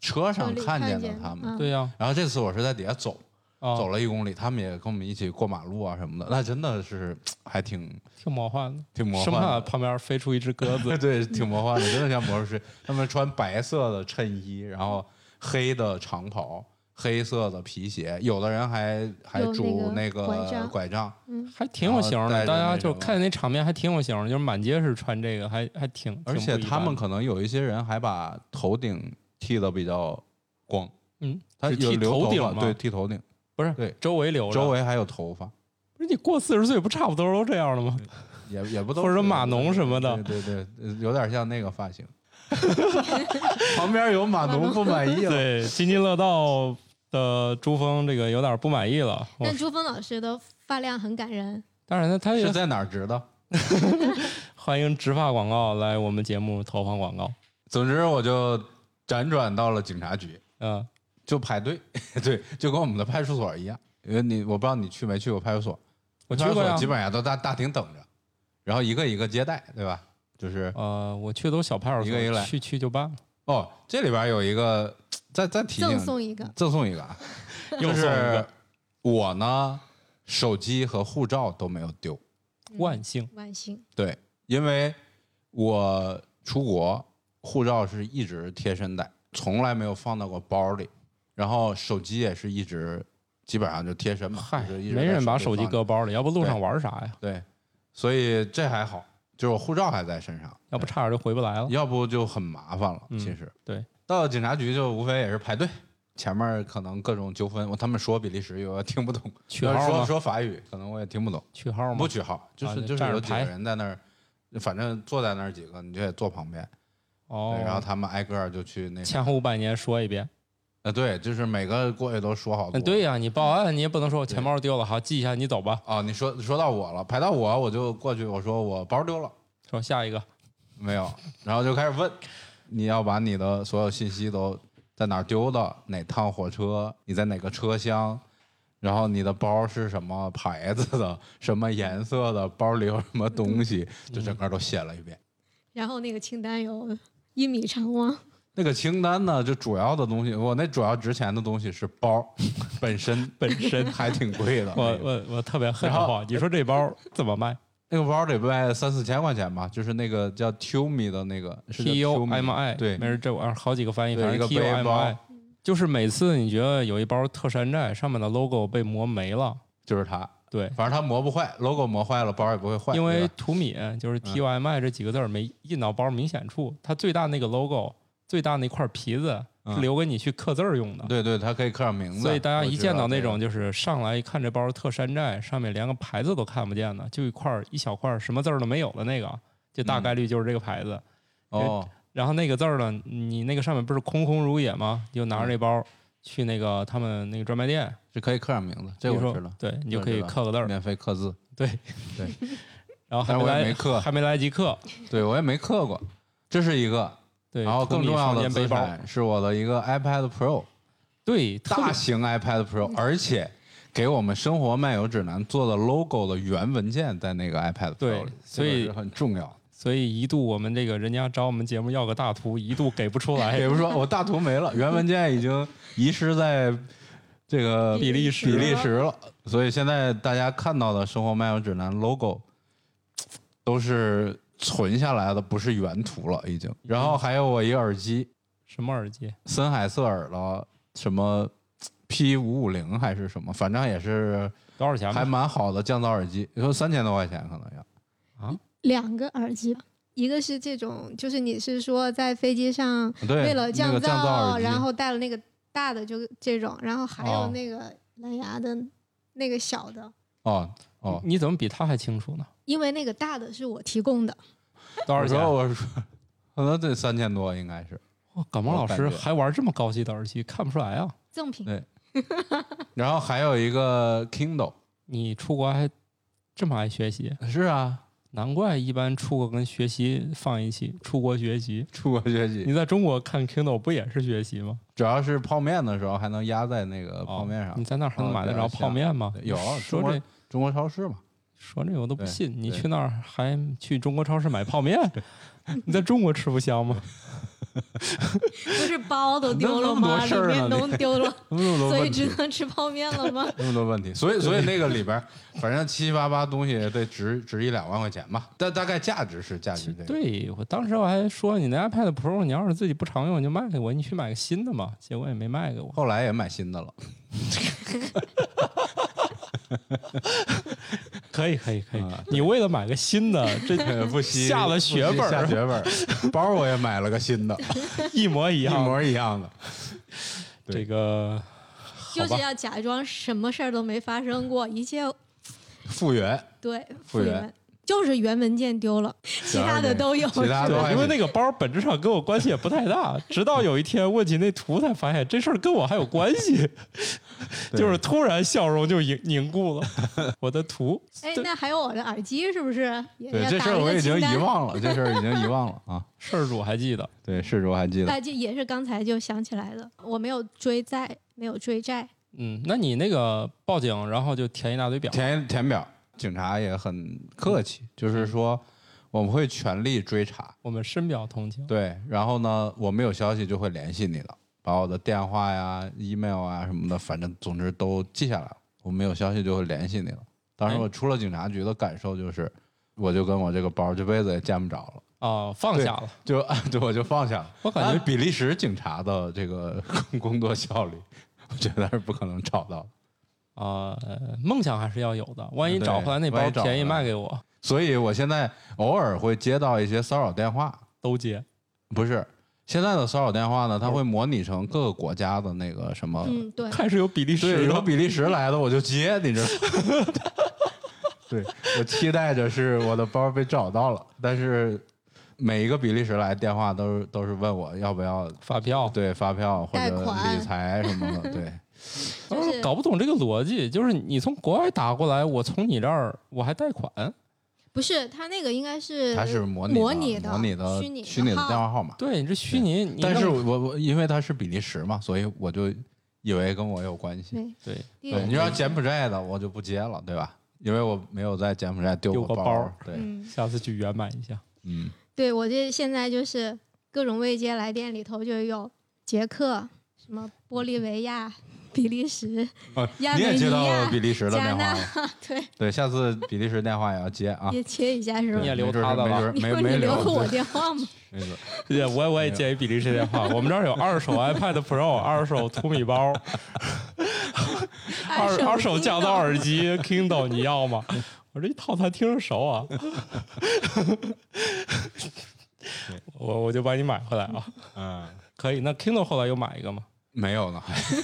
车车上里看见见的他们。嗯对呀，然后这次我是在底下走，啊，走了一公里，他们也跟我们一起过马路啊什么的，那真的是还挺挺魔幻的，挺魔生幻的。怕旁边飞出一只鸽子 对，挺魔幻的，真的像魔术师。他们穿白色的衬衣，然后黑的长袍，黑色的皮鞋，有的人还还有拄那那个个拐杖拐杖，还挺有型儿然的，后带着大家那就什么看见那场面还挺有型儿的，就是满街是穿这个，还还挺。挺而且不一他般们的可能有一些人还把头顶剃的比较光，嗯，他是有剃留头顶发吗对，剃头顶，不是对周围留着，周围还有头发，不是你过四十岁不差不多都这样了吗？ 也也不都或者是码农什么的对对对，有点像那个发 型。旁边有码农不满意了，对，津津乐道的朱峰这个有点不满意了。我但朱峰老师的发量很感人，当然了，他也是在哪儿植的？欢迎植发广告来我们节目投放广告。 总之，我就辗转到了警察局。嗯，就排队， 对，就跟我们的派出所一样。因为你我不知道你去没去过派出所，我去派出过所呀基。本上都大大厅等着，然后一个一个接待，对吧？就是呃，我去的都小派出一个一个所，来去去就办了。哦，这里边有一个再再提醒赠你送一个。嗯赠送一个 啊，又就送一是个我呢，手机和护照都没有丢，嗯万幸，万幸，对，因为我出国护照是一直贴身带，从来没有放到过包里，然后手机也是一直基本上就贴身嘛，嗨，嗯就是一直没在人把手手里机放着搁包里，要不路上玩啥呀？对，所以这还好，就是我护照还在身上，要不差点就回不来了。要不就很麻烦了。嗯其实对，到警察局就无非也是排队，前面可能各种纠纷，我他们说比利时语我听不懂，取要是号说吗？说法语可能我也听不懂，取号吗不？取号，就啊是就就是站着有几个排人在那儿，反正坐在那儿几个，你就得坐旁边，对哦，然后他们挨个儿就去那个，前后五百年说一遍。呃，对，就是每个过去都说好多。嗯，对呀、你报案你也不能说我对钱包丢了，好记一下，你走吧。哦，你说说到我了，排到我，我就过去，我说我包丢了。说下哎一个，没有，然后就开始问，你要把你的所有信息都在哪儿丢的，哪趟火车，你在哪个车厢，然后你的包是什么牌子的，什么颜色的，包里有什么东西，就整个都写了一遍。然后那个清单有一米长吗？那个清单呢，就主要的东西，我那主要值钱的东西是包 本身，。本身还挺贵的。我那个我我特别恨然好后不好？你说这包怎么卖那个包得卖三四千块钱吧，就是那个叫 Tumi 的那个是叫？T U M Tumi I 对没事，这玩意儿好几个翻译，对反一个正 T U 背 M 包 I，就是每次你觉得有一包特山寨上面的 logo 被磨没了，就是它，对，反正它磨不坏，logo 磨坏了，嗯包也不会坏。因对为吧图米就是 T U M I 这几个字儿没印到包明显处，它最大那个 logo 最大那块皮子是嗯留给你去刻字儿用的。对对，它可以刻上名字。所以大家一见到那我种知道就是上来一看这包特山寨，上面连个牌子都看不见的，就一块儿一小块儿什么字儿都没有的那个，就嗯大概率就是这个牌子。这个哦，然后那个字儿呢，你那个上面不是空空如也吗？你就拿着嗯这包去那个他们那个专卖店，是可以刻上名字，这比个如我说知道，对你就这可个以知道刻个字儿，免费刻字。对对。然后还但是我也来没刻还没来得及刻，对我也没刻过，这是一个。对。然后更重要托的米双肩背资包， 产是我的一个 iPad Pro，对，特大别型 iPad Pro，而且给我们《生活漫游指南》做的 logo 的原文件在那个 iPad Pro 对里，所以这个是很重要。所以一度我们这个人家找我们节目要个大图，一度给不出来 也。不是说我大图没了，原文件已经遗失在这个比利时呃比利啊时了，所以现在大家看到的《生活漫游指南》logo 都是存下来的，不是原图了已经。然后还有我一耳机，什么耳机？森海塞尔了，什么 P 五五零还是什么，反正也是多少钱吧？还蛮好的降噪耳机，也就三千多块钱可能要。两个耳机，一个是这种，就是你是说在飞机上对，为了那降个降噪耳机，然后带了那个大的就这种，然后还有哦那个蓝牙的那个小的，哦哦，你怎么比他还清楚呢？因为那个大的是我提供的， 多少我钱？啊说我说可能得三千多应该是。哇感冒我老感师觉还玩这么高级的耳机，看不出来啊！赠品对然后还有一个 Kindle，你出国还这么爱学习，是啊，难怪一般出国跟学习放一起，出国学习。出国学习，你在中国看 Kindle 不也是学习吗？主要是泡面的时候还能压在那哦个泡面上你。在那儿还能哦买得对着是泡啊面吗？有说中国这中国超市嘛，说这我都不对信，你对去那儿还去中国超市买泡面？ 你在中国吃不香吗？不是包都丢了啊那么吗？多里事儿呢面都丢了， 那么多所以问只题，能吃泡面了吗？那么多问题，所以所以那个里边儿，反正七七八八东西也得值值一两万块钱吧，但大概价值是价值这个。对我当时我还说你那 iPad Pro，你要是自己不常用，你就卖给我，你去买个新的嘛。结果也没卖给我。后来也买新的了，可以，可以，可以啊。你为了买个新 的， 这不惜下了血本不惜下儿血 本儿，包我也买了个新的，一模一一样。模一样的。对这个就是要假装什么事儿都没发生过，一切复原，对复原就是原文件丢了，其他的都有。其他 对都，还因为行那个包本质上跟我关系也不太大，直到有一天问起那图，才发现这事儿跟我还有关系，对就是突然笑容就凝凝固了。我的图，哎，对那还有我的耳机是不是？也对要这打事儿一个我已经清单遗。忘了，这事儿已经遗忘了啊。事儿主还记得，对，是我还记得。哎，这也是刚才就想起来的，我没有追债，没有追债。嗯，那你那个报警，然后就填一大堆表，填填表，警察也很客气，就是说我们会全力追查，我们深表同情。对，然后呢，我们有消息就会联系你的，把我的电话呀、email 啊什么的，反正总之都记下来了。我们有消息就会联系你了。当时哎我出了警察局的感受就是，我就跟我这个包这辈子也见不着了， 啊、放下了。就对我就放下了。啊我感觉按比利时警察的这个工 作效率，我觉得是不可能找到的。啊、呃梦想还是要有的。万一对找回来那万包一找便宜回来卖给我，所以我现在偶尔会接到一些骚扰电话，都接。不是，现在的骚扰电话呢，它会模拟成各个国家的那个什么，嗯，对，看是有比利对，时有的，比利时来的我就接， 你知道吗？对，我期待着是我的包被找到了，但是每一个比利时来的电话都是都是问我要不要发票，对发票或贷者款理财什么的， 对，我就是搞不懂这个逻辑，就是你从国外打过来，我从你这儿我还贷款，不是他那个应该是它是模拟模拟的模的虚拟虚拟的号电话号码，对你这虚拟，你但是弄我我因为它是比利时嘛，所以我就以为跟我有关系。对对第对，你要柬埔寨的我就不接了，对吧？因为我没有在柬埔寨丢丢过过包。包儿儿。对，嗯，下次去圆满一下。嗯，对我这现在就是各种未接来电里头就有捷克、什么玻利维亚、比利时、哦，啊你亚美也尼接到亚比利时的加电话纳了？， 对，对，下次比利时电话也要接啊。也接一下是吧你？也留没准儿他的了没 准儿没你说你没留留我对电话吗？ 没准儿对，我也我也建议比利时电话，我们这儿有二手 iPad Pro、二 手图米包、二二手降噪耳机 Kindle，你要吗？我这一套餐听着熟 啊，我我就把你买回来啊。嗯，可以，那 Kindle 后来又买一个嘛，没有呢。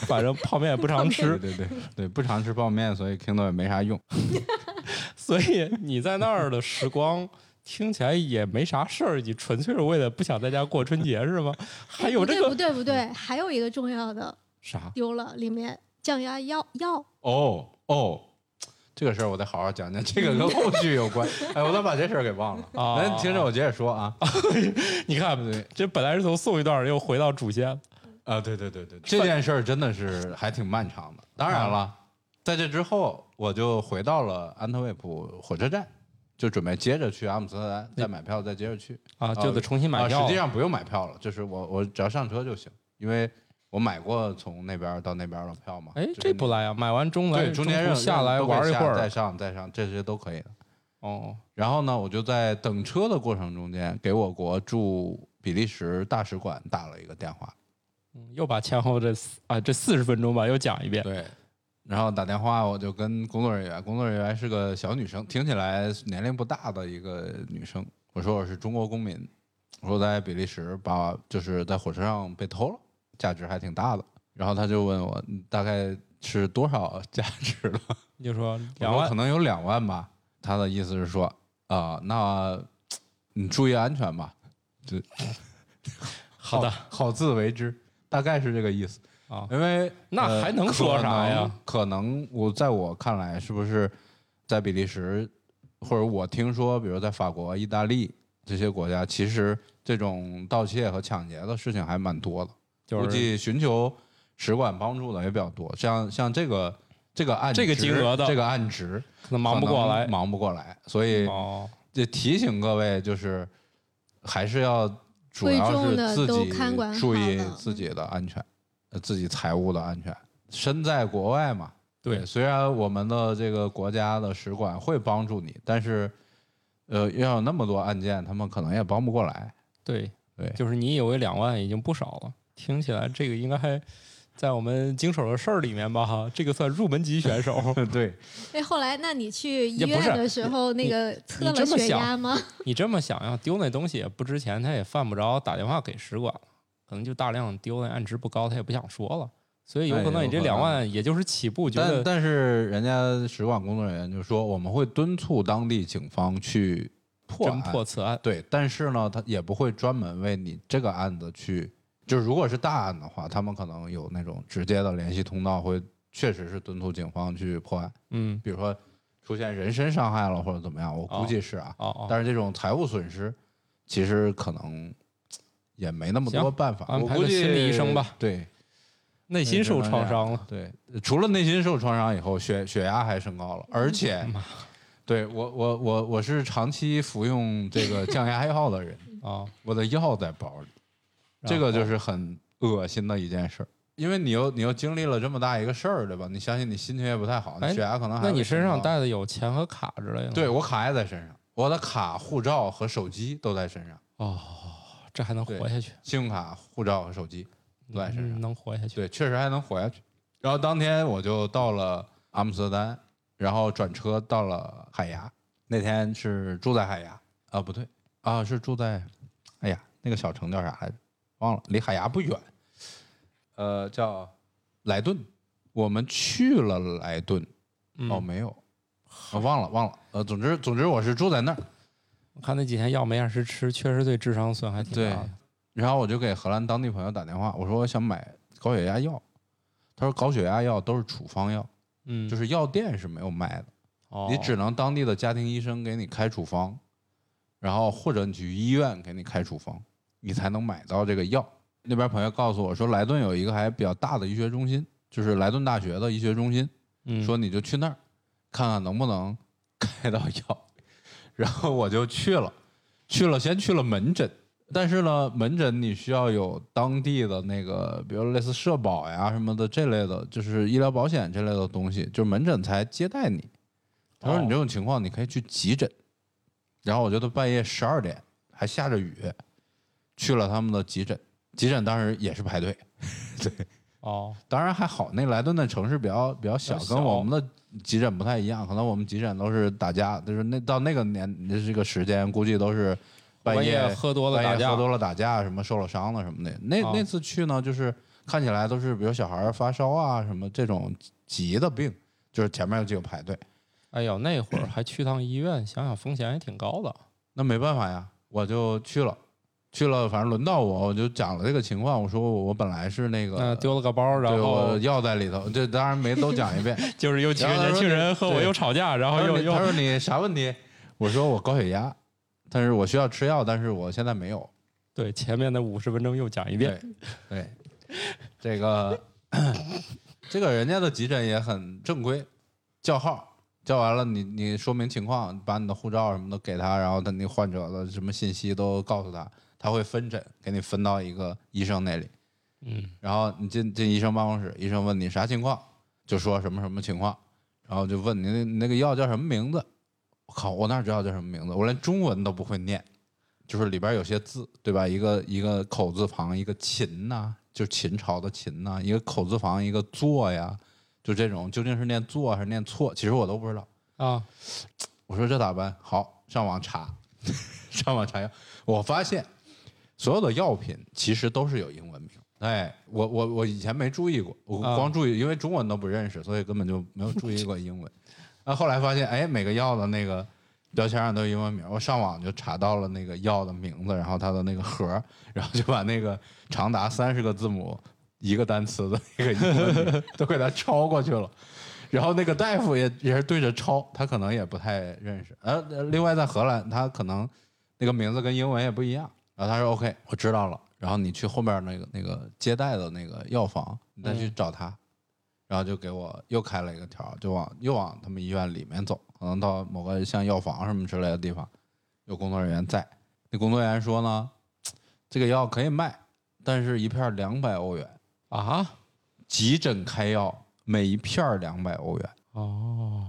反正泡面也不常对吃， 对对对，不常吃泡面，所以 Kindle 也没啥用。 所以你在那儿的时光听起来也没啥事儿，你纯粹是为了不想在家过春节是吗？还 有不这对不个对不对，还有一个重要的啥？丢了，里面降压药药哦哦。这个事儿我得好好讲讲，这个跟后续有关。哎，我咋把这事儿给忘 了？啊咱听着我接着说啊。 你看，这本来是从送一段儿又回到主线了。啊，对对对对，这件事儿真的是还挺漫长的。当然了，在这之后，我就回到了安特卫普火车站，就准备接着去阿姆斯特丹，再买票，再接着去。啊，就得重新哎买啊，票。实际上不用买票了，就是我我只要上车就行，因为我买过从那边到那边的票嘛。哎就，是这不来啊，买完中来对，中间让途下来都可以玩一下会再儿。上再上，这些都可以的。哦，然后呢，我就在等车的过程中间，给我国驻比利时大使馆打了一个电话。嗯又把前后这四啊这四十分钟吧又讲一遍。对，然后打电话我就跟工作人员，工作人员是个小女生，听起来年龄不大的一个女生。我说我是中国公民，我说我在比利时把就是在火车上被偷了，价值还挺大的。然后他就问我你大概是多少价值了，你就说然两后万可，能有两万吧。他的意思是说啊、那你注意安全吧。就好的好自为之，大概是这个意思啊因为那呃还能说啥呀？可能可能我在我看来，是不是在比利时，或者我听说，比如在法国、意大利这些国家，其实这种盗窃和抢劫的事情还蛮多的。就估是计寻求使馆帮助的也比较多。像像这个这个案这个值金额的这个案值可能忙不过可来能。忙不过来，所以哦，就提醒各位，就是还是要主贵要重是的自都己看管注好意了嗯自己的安全，呃自己财务的安全。身在国外嘛，对，虽然我们的这个国家的使馆会帮助你，但是呃，要有那么多案件，他们可能也帮不过 来。对对就是你以为两万已经不少了，听起来这个应该还在我们经手的事儿里面吧？哈，这个算入门级选手。 对，哎，后来那你去医也不院是的时候，那你个测这了么血想 压吗？你这么想呀，丢那东西也不值钱，他也犯不着打电话给使馆，可能就大量丢那按值不高，他也不想说了。所以有哎可能你有这可两能万也就是起步，觉但得但是人家使馆工作人员就说，我们会敦促当地警方去破侦案。破此案。对，但是呢，他也不会专门为你这个案子去，就是如果是大案的话，他们可能有那种直接的联系通道，会确实是敦促警方去破案，嗯，比如说出现人身伤害了或者怎么样，我哦估计是啊。哦哦，但是这种财务损失，其实可能也没那么多行办法。安我排估个计心理医生吧。对内心受创伤了。对，除了内心受创伤以后，血血压还升高了，而且。 妈对我，我我我是长期服用这个降压 药的人，啊，我的药在包里，这个就是很恶心的一件事儿。因为你又你又经历了这么大一个事儿，对吧？你相信你心情也不太好，哎你血压可能还那会你身升上高带的有钱和卡之类的吗？对我卡也在身上，我的卡、护照和手机都在身上，哦，这还能活下去，信用卡、护照和手机都在身上。嗯能活下去。对，确实还能活下去。然后当天我就到了阿姆斯特丹，然后转车到了海牙。那天是住在海牙啊，不对啊，是住在，哎呀，那个小城叫啥来着？忘了，离海牙不远，呃，叫莱顿。我们去了莱顿，嗯哦，没有，啊，忘了忘了，呃，总之总之我是住在那儿。我看那几天药没按时吃，确实对智商损害挺对大的。啊然后我就给荷兰当地朋友打电话，我说我想买高血压药，他说高血压药都是处方药，嗯，就是药店是没有卖的，哦你只能当地的家庭医生给你开处方，然后或者你去医院给你开处方，你才能买到这个药。那边朋友告诉我说，莱顿有一个还比较大的医学中心，就是莱顿大学的医学中心，嗯说你就去那儿看看能不能 开到药。然后我就去了，去了先去了门诊，但是呢，门诊你需要有当地的那个，比如类似社保呀什么的这类的，就是医疗保险这类的东西，就是门诊才接待你。他说哦你这种情况你可以去急诊，然后我就到半夜十二点还下着雨，去了他们的急诊，急诊当时也是排队，哦，当然还好，那莱顿的城市比较比较小，比较小跟我们的急诊不太一样。可能我们急诊都是打架，就是那到那个年这个时间，估计都是半夜半夜喝多了半夜打架喝多了打架，什么受了伤了什么的。那、哦那次去呢，就是看起来都是比如小孩儿发烧啊什么这种急的病，就是前面有几个排队。哎呦，那会儿还去趟医院，想想风险也挺高的。那没办法呀，我就去了，去了，反正轮到我，我就讲了这个情况。我说我我本来是那个那丢了个包，然对后我药在里头，这当然没都讲一遍。就是有几个然后他年说轻你人和我对又吵架，然后他又说你他又说你啥问题？ 我说我高血压，但是我需要吃药，但是我现在没有。对前面的五十分钟又讲一遍对。 对，这个这个人家的急诊也很正规，叫号。叫完了你，你说明情况，把你的护照什么的给他，然后他那个患者的什么信息都告诉他，他会分诊，给你分到一个医生那里。嗯，然后你进进医生办公室，医生问你啥情况，就说什么什么情况，然后就问你那你那个药叫什么名字。我靠，我哪知道叫什么名字？我连中文都不会念，就是里边有些字，对吧？一个一个口字旁，一个秦呐、就秦朝的秦呐、一个口字旁，一个坐呀，就这种究竟是念坐还是念错，其实我都不知道。啊，我说这咋办？好，上网查， 上网查药。我发现所有的药品其实都是有英文名。哎，我我我以前没注意过，我啊光注意，因为中文都不认识，所以根本就没有注意过英文。啊，后来发现，哎，每个药的那个标签上都有英文名。我上网就查到了那个药的名字，然后它的那个盒儿，然后就把那个长达三十个字母一个单词的那个 英文名都给它抄过去了。然后那个大夫也也是对着抄，他可能也不太认识。呃，另外在荷兰，他可能那个名字跟英文也不一样。然后他说 OK，我知道了。然后你去后面那个那个接待的那个药房，你再去找他。然后就给我又开了一个条儿，就往又往他们医院里面走，可能到某个像药房什么之类的地方，有工作人员在。那工作人员说呢，这个药可以卖，但是一片两百欧元，啊，急诊开药每一片两百欧元。哦，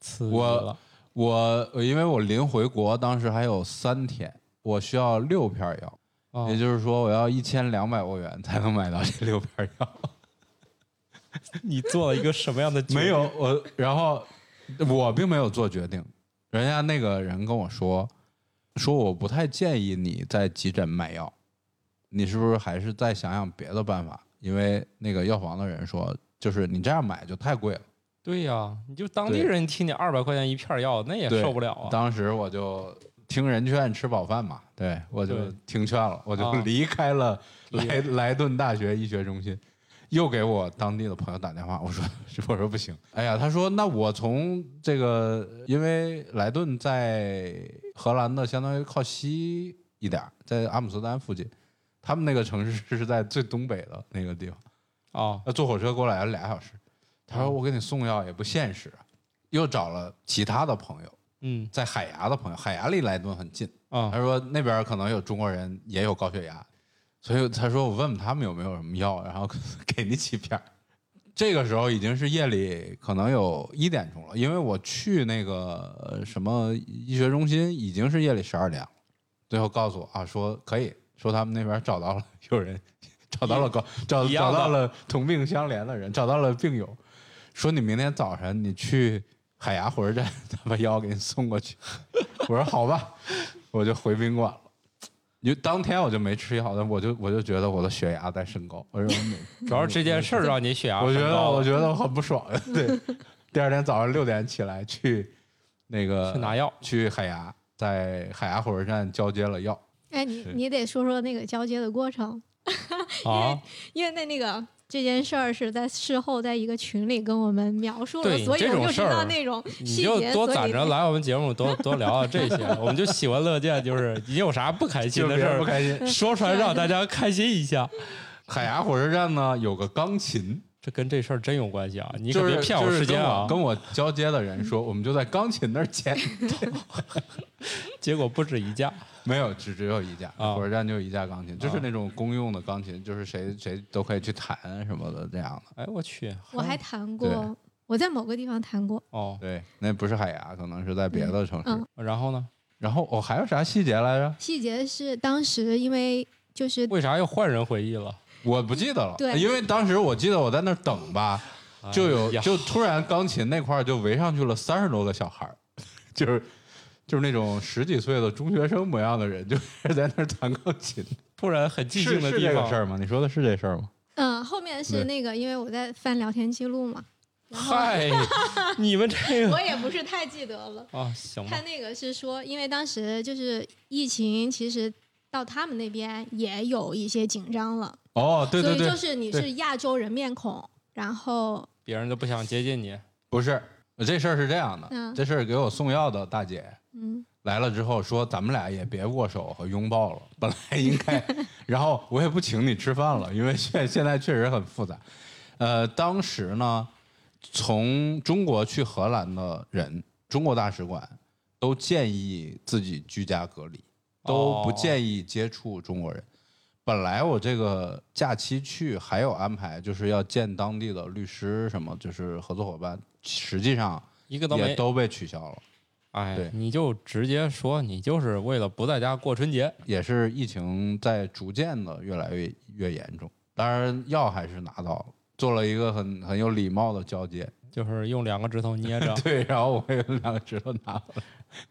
刺激我了，我我因为我临回国，当时还有三天，我需要六片儿药，啊也就是说我要一千两百欧元才能买到这六片儿药。你做了一个什么样的决定 没有我，然后我并没有做决定，人家那个人跟我说，说我不太建议你在急诊买药，你是不是还是再想想别的办法？因为那个药房的人说，就是你这样买就太贵了。对呀、你就当地对人听你二百块钱一片儿药，那也对受不了啊。当时我就听人劝，吃饱饭嘛，对我就对听劝了，我就啊离开了离莱、莱顿大学医学中心，又给我当地的朋友打电话，我说 我说不行，哎呀，他说那我从这个，因为莱顿在荷兰的相当于靠西一点儿，在阿姆斯特丹附近。他们那个城市是在最东北的那个地方，啊，那坐火车过来要俩小时。嗯他说我给你送药也不现实啊，又找了其他的朋友，嗯在海牙的朋友，海牙离莱顿很近。啊他说那边可能有中国人，也有高血压，所以他说我问问他们有没有什么药，然后给你几片儿。这个时候已经是夜里可能有一点钟了，因为我去那个呃什么医学中心已经是夜里十二点了。最后告诉我啊，说可以说他们那边找到了有人，找到了高找一样找的到了同病相怜的人，找到了病友，说你明天早晨你去海牙火车站， 他把药给你送过去。我说好吧，我就回宾馆了。因为当天我就没吃药，但我就我就觉得我的血压在升高。我说 没，主要是这件事儿让你血压我觉啊升得高我了觉得我很 不爽。对，第二天早上六点起来去那个去拿药去海牙，在海牙火车站交接了药。哎，你是你得说说那个交接的过程，啊，因为那那个这件事儿是在事后在一个群里跟我们描述了，对所以这我种就事知儿道那种你细就节，多所以攒着那来我们节目多多聊聊这些，我们就喜闻乐见，就是你有啥不开心就的别事人不儿开 心。说出来，让大家开心一下。海牙火车站呢有个钢琴，这跟这事儿真有关系啊！你可就别是骗我就是时间啊！跟我跟我交接的人说，我们就在钢琴那儿见。 结果不止一架没有，只只有一架，啊火车站就一架钢琴，就是那种公用的钢琴，就是谁谁都可以去弹什么的这样的。哎，我去，我还弹对过，我在某个地方弹过，哦，对，那不是海牙，可能是在别的城市。嗯然后呢？然后我、还有啥细节来着？细节是当时因为就是为啥又换人回忆了？我不记得了，对因为当时我记得我在那儿等吧，就有、哎呀就突然钢琴那块儿就围上去了三十多个小孩儿，就是就是那种十几岁的中学生模样的人，就是在那儿弹钢琴。突然很寂静的是地这个方事，儿吗？你说的是这事儿吗？嗯，后面对是那个，因为我在翻聊天记录嘛，然后嗨，你们这个 我也不是太记得了。啊，行吧他，那个是说，因为当时就是疫情，其实到他们那边也有一些紧张了，哦，对对所以对，就是你对是亚洲人面孔，然后别人就不想接近你。不是，这事儿是这样的，嗯这事儿给我送药的大姐嗯，来了之后说，咱们俩也别握手和拥抱了，本来应该， 然后我也不请你吃饭了，因为现现在确实很复杂。呃，当时呢，从中国去荷兰的人，中国大使馆都建议自己居家隔离，都不议。建议接触中国人。本来我这个假期去还有安排，就是要见当地的律师什么，就是合作伙伴，实际上一个都也没。都被取消了。哎对，你就直接说你就是为了不在家过春节。也是疫情在逐渐的越来越越严重。当然，药还是拿到了，做了一个很很有礼貌的交接。，就是用两个指头捏着 对，然后我有两个指头拿回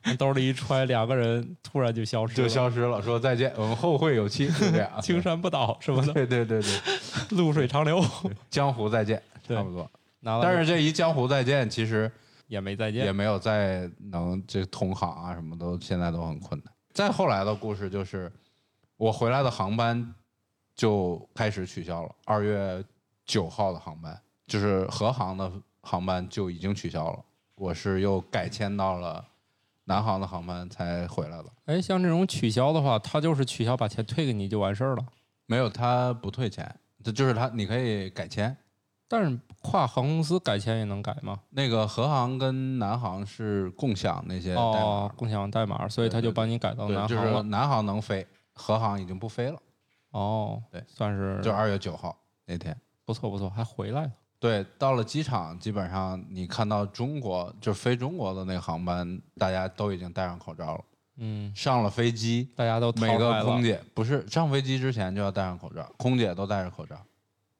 来兜里一揣，两个人突然就消失就了，。消失了，说再见，我们后会有期，就这样青山不倒什么的， 对对对对，露水长 流。江湖再见，对差不多。拿但了是这一江湖再见，其实也没再也见，没有再能这同行啊什么都现在都很困难。再后来的故事就是，我回来的航班就开始取消了，二月九号的航班就是和航的航班就已经取消了，我是又改签到了南航的航班才回来的。哎，像这种取消的话，他就是取消，把钱退给你就完事儿了。没有，他不退钱，这就是他你可以改签。但是跨航空公司改签也能改吗？那个和航跟南航是共享那些代码，哦，共享代码，所以他就帮你改到对，南就航是了。南航能飞，和航已经不飞了。哦，对算是就二月九号那天。不错不错，还回来了。对，到了机场，基本上你看到中国就是飞中国的那个航班，大家都已经戴上口罩了。嗯，上了飞机，大家都淘每汰个了空姐不是上飞机之前就要戴上口罩，空姐都戴着口罩。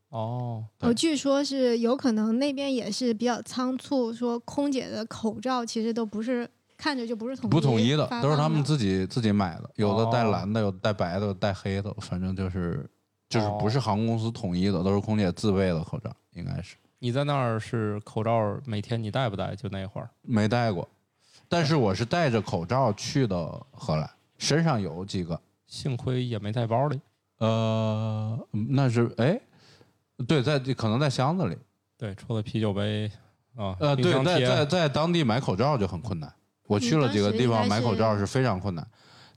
哦，对我据说是有可能那边也是比较仓促，说空姐的口罩其实都不是看着就不是统不统一一的发，都是他放们的自己自己买的，有的带哦蓝的，有的带白的，有的带黑的，反正就是就是哦不是航空公司统一的，都是空姐自备的口罩，应该是你在那儿是口罩每天你戴不戴？就那会儿没戴过。但是我是戴着口罩去的荷兰，身上有几个，幸亏也没带包里。呃，嗯那是哎，对，在可能在箱子里，对，除了啤酒杯啊，呃，冰对，箱在贴在在当地买口罩就很困难。我去了几个地方嗯你当时应该买口罩是是非常困难，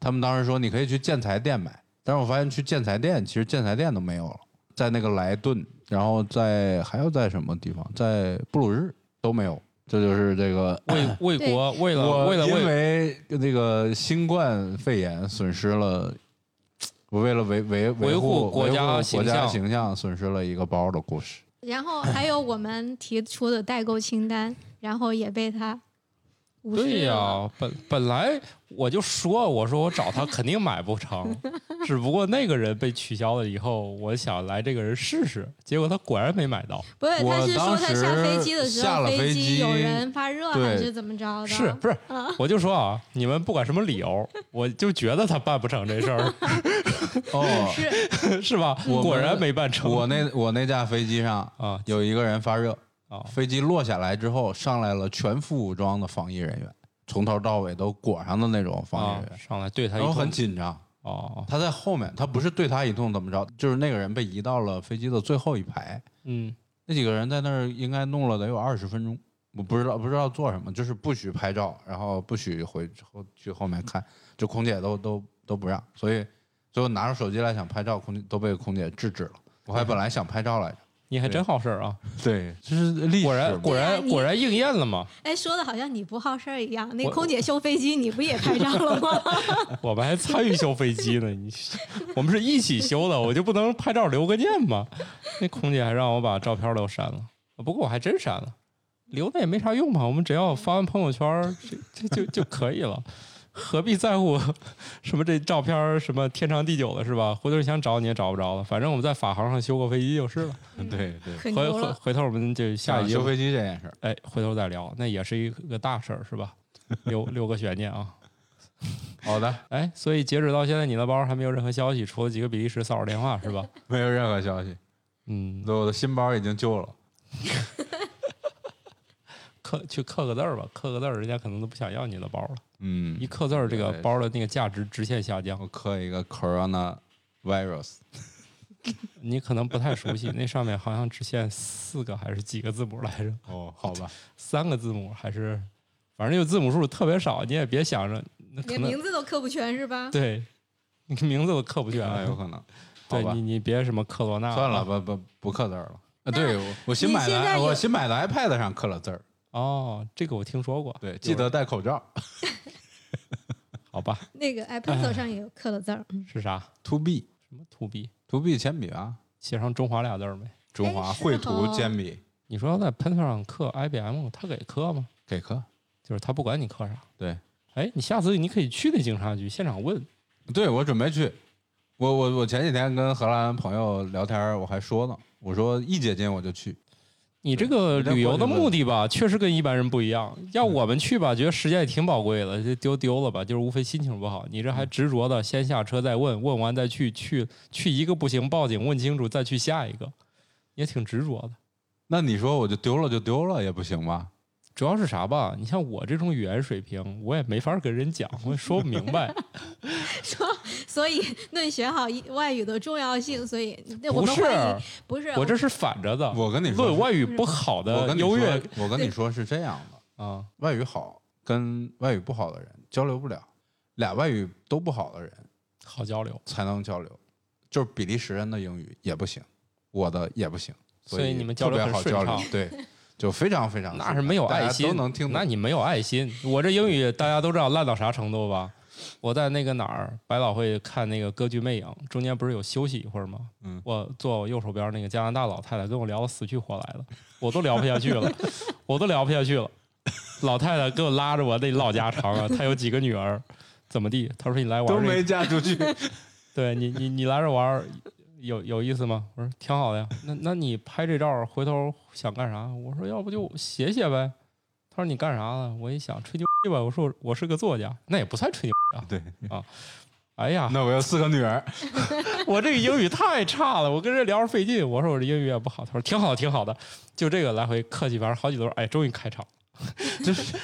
他们当时说你可以去建材店买，但是我发现去建材店其实建材店都没有了，在那个莱顿，然后在还有在什么地方，在布鲁日都没有，这就是这个。为为对国为了我为了因为为那个新冠肺炎损失了，我为了维维维护护国维家护形国家象形象损失了一个包的故事。然后还有我们提出的代购清单，然后也被他无视对呀、了本本来我就说，我说我找他肯定买不成， 只不过那个人被取消了以后，我想来这个人试试，结果他果然没买到。不是，他我是说当他时下飞机的时下候，了飞机有机人发热还对是怎么着的？是不是？我就说啊，你们不管什么理由，我就觉得他办不成这事 儿，哦，是吧？我们果然没办成。我那我那架飞机上啊有一个人发热，啊飞机落下来之后，上来了全副武装的防疫人员，从头到尾都裹上的那种防疫啊人员，，上来对他一然后通很紧张。哦，他在后面，他不是对他一通怎么着，就是那个人被移到了飞机的最后一排，嗯，那几个人在那儿应该弄了得有二十分钟，我不知道不知道做什么，就是不许拍照，然后不许回后去后面看，就空姐都都都不让，所以最后拿出手机来想拍照，空姐都被空姐制止了。我还本来想拍照来着，你还真好事儿啊！ 对， 就是历史果然嘛果对啊然你果然应验了嘛，哎，说的好像你不好事儿一样。那我空姐修飞机，你不也拍照 了吗？我们还参与修飞机呢，你我们是一起修的，我就不能拍照留个念吗？那空姐还让我把照片都删了，不过我还真删了，留的也没啥用吧，我们只要发完朋友圈儿就就就就可以 了，何必在乎什么这照片儿什么天长地久的是吧？回头想找你也找不着了，反正我们在法航上修过飞机就是了。对 对，可回牛回了！回头我们就下一讲节啊修飞机这件事儿，哎，回头再聊，那也是一个大事儿是吧？留留个悬念啊。好的，哎，所以截止到现在，你的包还没有任何消息，除了几个比利时骚扰电话是 吧？ 没有任何消息，嗯，我的新包已经旧了。刻去刻个字儿吧，刻个字儿，人家可能都不想要你的包了。嗯一，刻字儿，这个对包的那个价值直线下降。我刻一个 corona virus，你可能不太熟悉，那上面好像只限四个还是几个字母来着？哦，好吧，三个字母还是，反正就字母数特别少，你也别想着那可连能名字都刻不全是吧？对，你 名字都刻不全。啊，有可能，好对吧你，你别什么克罗纳，算了，，不不不刻字儿了。啊，对我我新你买现在的，有我新买的 iPad 上刻了字儿，哦，这个我听说过，对，记得戴口罩。好吧？那个哎 iPad 上也有刻了字儿，嗯是啥？ To B 什么 to B？ To B 铅笔啊，写上中华俩字儿没？中华哎是绘图哦铅笔你说要在 Pen 上刻 IBM，他给刻吗？给刻。就是他不管你刻啥。对，哎，你下次你可以去那警察局现场问，对，我准备去。我我我前几天跟荷兰朋友聊天儿，我还说呢，我说一解禁我就去。你这个对旅游的目的吧，确实跟一般人不一样。要我们去吧，觉得时间也挺宝贵的，就丢丢了吧，就是无非心情不好。你这还嗯执着的，先下车再问，问完再去，去去一个不行，报警问清楚，再去下一个，也挺执着的。那你说我就丢了就丢了也不行吧？主要是啥吧？你像我这种语言水平，我也没法跟人讲，我也说不明 白。所以论学好一外语的重要性，所以那哎我不们是，啊欢迎，不是我这是反着的。我跟你说论是，外语不好我的跟你优说越，我跟你说是这样的，啊，外语好跟外语不好的人交流不了，俩外语都不好的人好交流。才能交流，就是比利时人的英语也不行，我的也不行，所以以你们交特流别很好顺交流畅，对，就非常非常那是没有大家爱心，都能听那懂。你没有爱心。我这英语大家都知道烂到啥程度吧？我在那个哪儿百老汇看那个歌剧《魅影》，中间不是有休息一会儿吗？嗯我坐我右手边那个加拿大老太太跟我聊的死去活来的，我都聊不下去了， 我都聊不下去了。老太太给我拉着我那唠家常啊，她有几个女儿，怎么地？她说你来玩都儿这个没嫁出去，对你，你你来这玩儿有有意思吗？我说挺好的呀。那那你拍这照儿，回头想干啥？我说要不就写写呗。他说你干啥呢？我一想吹牛逼吧。我说我是个作家，那也不算吹牛逼啊。 对，哎呀， 那我有四个女儿，我这个英语太差了，我跟人聊着费劲。我说我这英语也不好。他说挺好，挺好的。就这个来回客气，反正好几轮，哎，终于开场。 就是，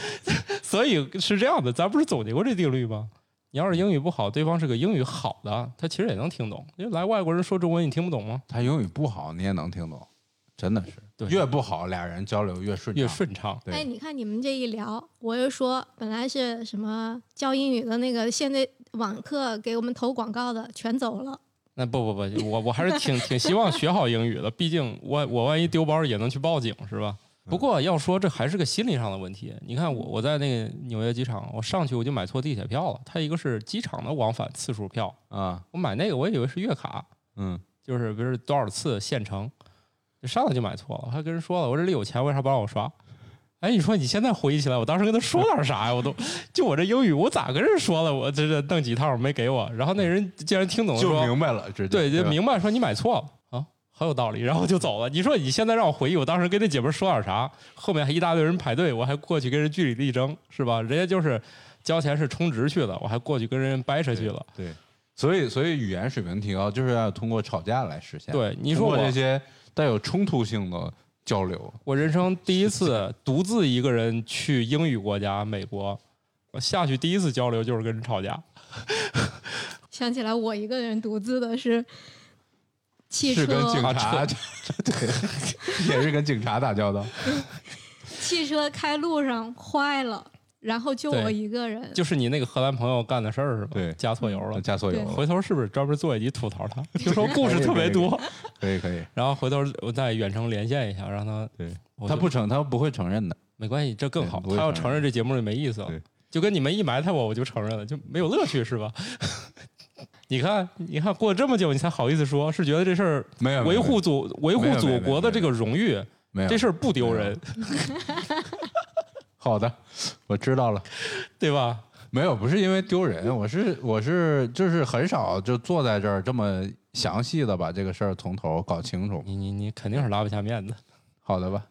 所以是这样的，咱不是总结过这定律吗？你要是英语不好，对方是个英语好的，他其实也能听懂。因为来外国人说中文，你听不懂吗？他英语不好你也能听懂，真的是，对越不好俩人交流越顺畅，越顺畅。对哎，你看你们这一聊，我就说本来是什么教英语的那个，现在网课给我们投广告的全走了。那不不不，我我还是挺挺希望学好英语的，毕竟我我万一丢包也能去报警，是吧？不过要说这还是个心理上的问题。你看我我在那个纽约机场，我上去我就买错地铁票了。它一个是机场的往返次数票，啊，我买那个我以为是月卡，嗯，就是比如多少次限程，上来就买错了，我还跟人说了，我这里有钱，为啥不让我刷？哎，你说你现在回忆起来，我当时跟他说点啥呀？我都就我这英语，我咋跟人说了？我这这弄几趟没给我，然后那人竟然听懂了就说明白了，直接对，就吧明白说你买错了啊，很有道理，然后就走了。你说你现在让我回忆，我当时跟那姐们儿说点啥？后面还一大堆人排队，我还过去跟人据理力争，是吧？人家就是交钱是充值去的，我还过去跟人掰扯去了。对，所以所以语言水平提高就是要通过吵架来实现。，对，你说我这些带有冲突性的交流，我人生第一次独自一个人去英语国家美国，我下去第一次交流就是跟人吵架，想起来我一个人独自的是汽是跟警车，啊察， 对，也是跟警察打交道。汽车开路上坏了，然后就对我一个人。就是你那个荷兰朋友干的事儿是吧？对嗯加错油了。加错油对了，回头是不是专门做一集吐槽 他？听说故事特别多，可以可以，然后回头我再远程连线一下，让他对我他就不承，他不会承认的。没关系，这更好对不。会他要承认承认这节目就没意思了对，就跟你们一埋汰我，我就承认了，就没有乐趣是吧？ 你看，你看，过了这么久，你才好意思说，是觉得这事儿没有没维有护祖维护没有没祖有国的这个荣誉，没有这事儿不丢人，好的，我知道了。对吧？没有，不是因为丢人，我是我是就是很少就坐在这儿这么详细的把这个事儿从头搞清楚。你你你肯定是拉不下面子，好的吧，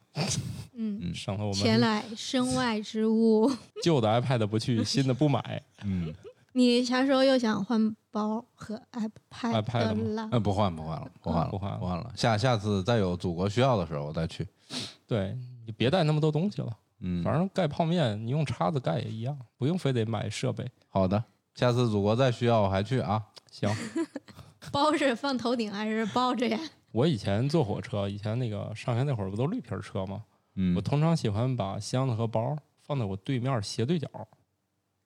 嗯，嗯省得我前们来 身外之物。旧的 iPad 不去，新的不买。嗯，你啥时候又想换包和啊 iPad iPad 了？那不换不换了，不换了，不换了不换了。下下次再有祖国需要的时候我再去。对你别带那么多东西了，嗯，反正盖泡面你用叉子盖也一样，不用非得买设备。好的，下次祖国再需要我还去啊。行，包是放头顶还是包着呀？我以前坐火车，以前那个上学那会儿不都绿皮儿车吗？嗯我通常喜欢把箱子和包放在我对面斜对角，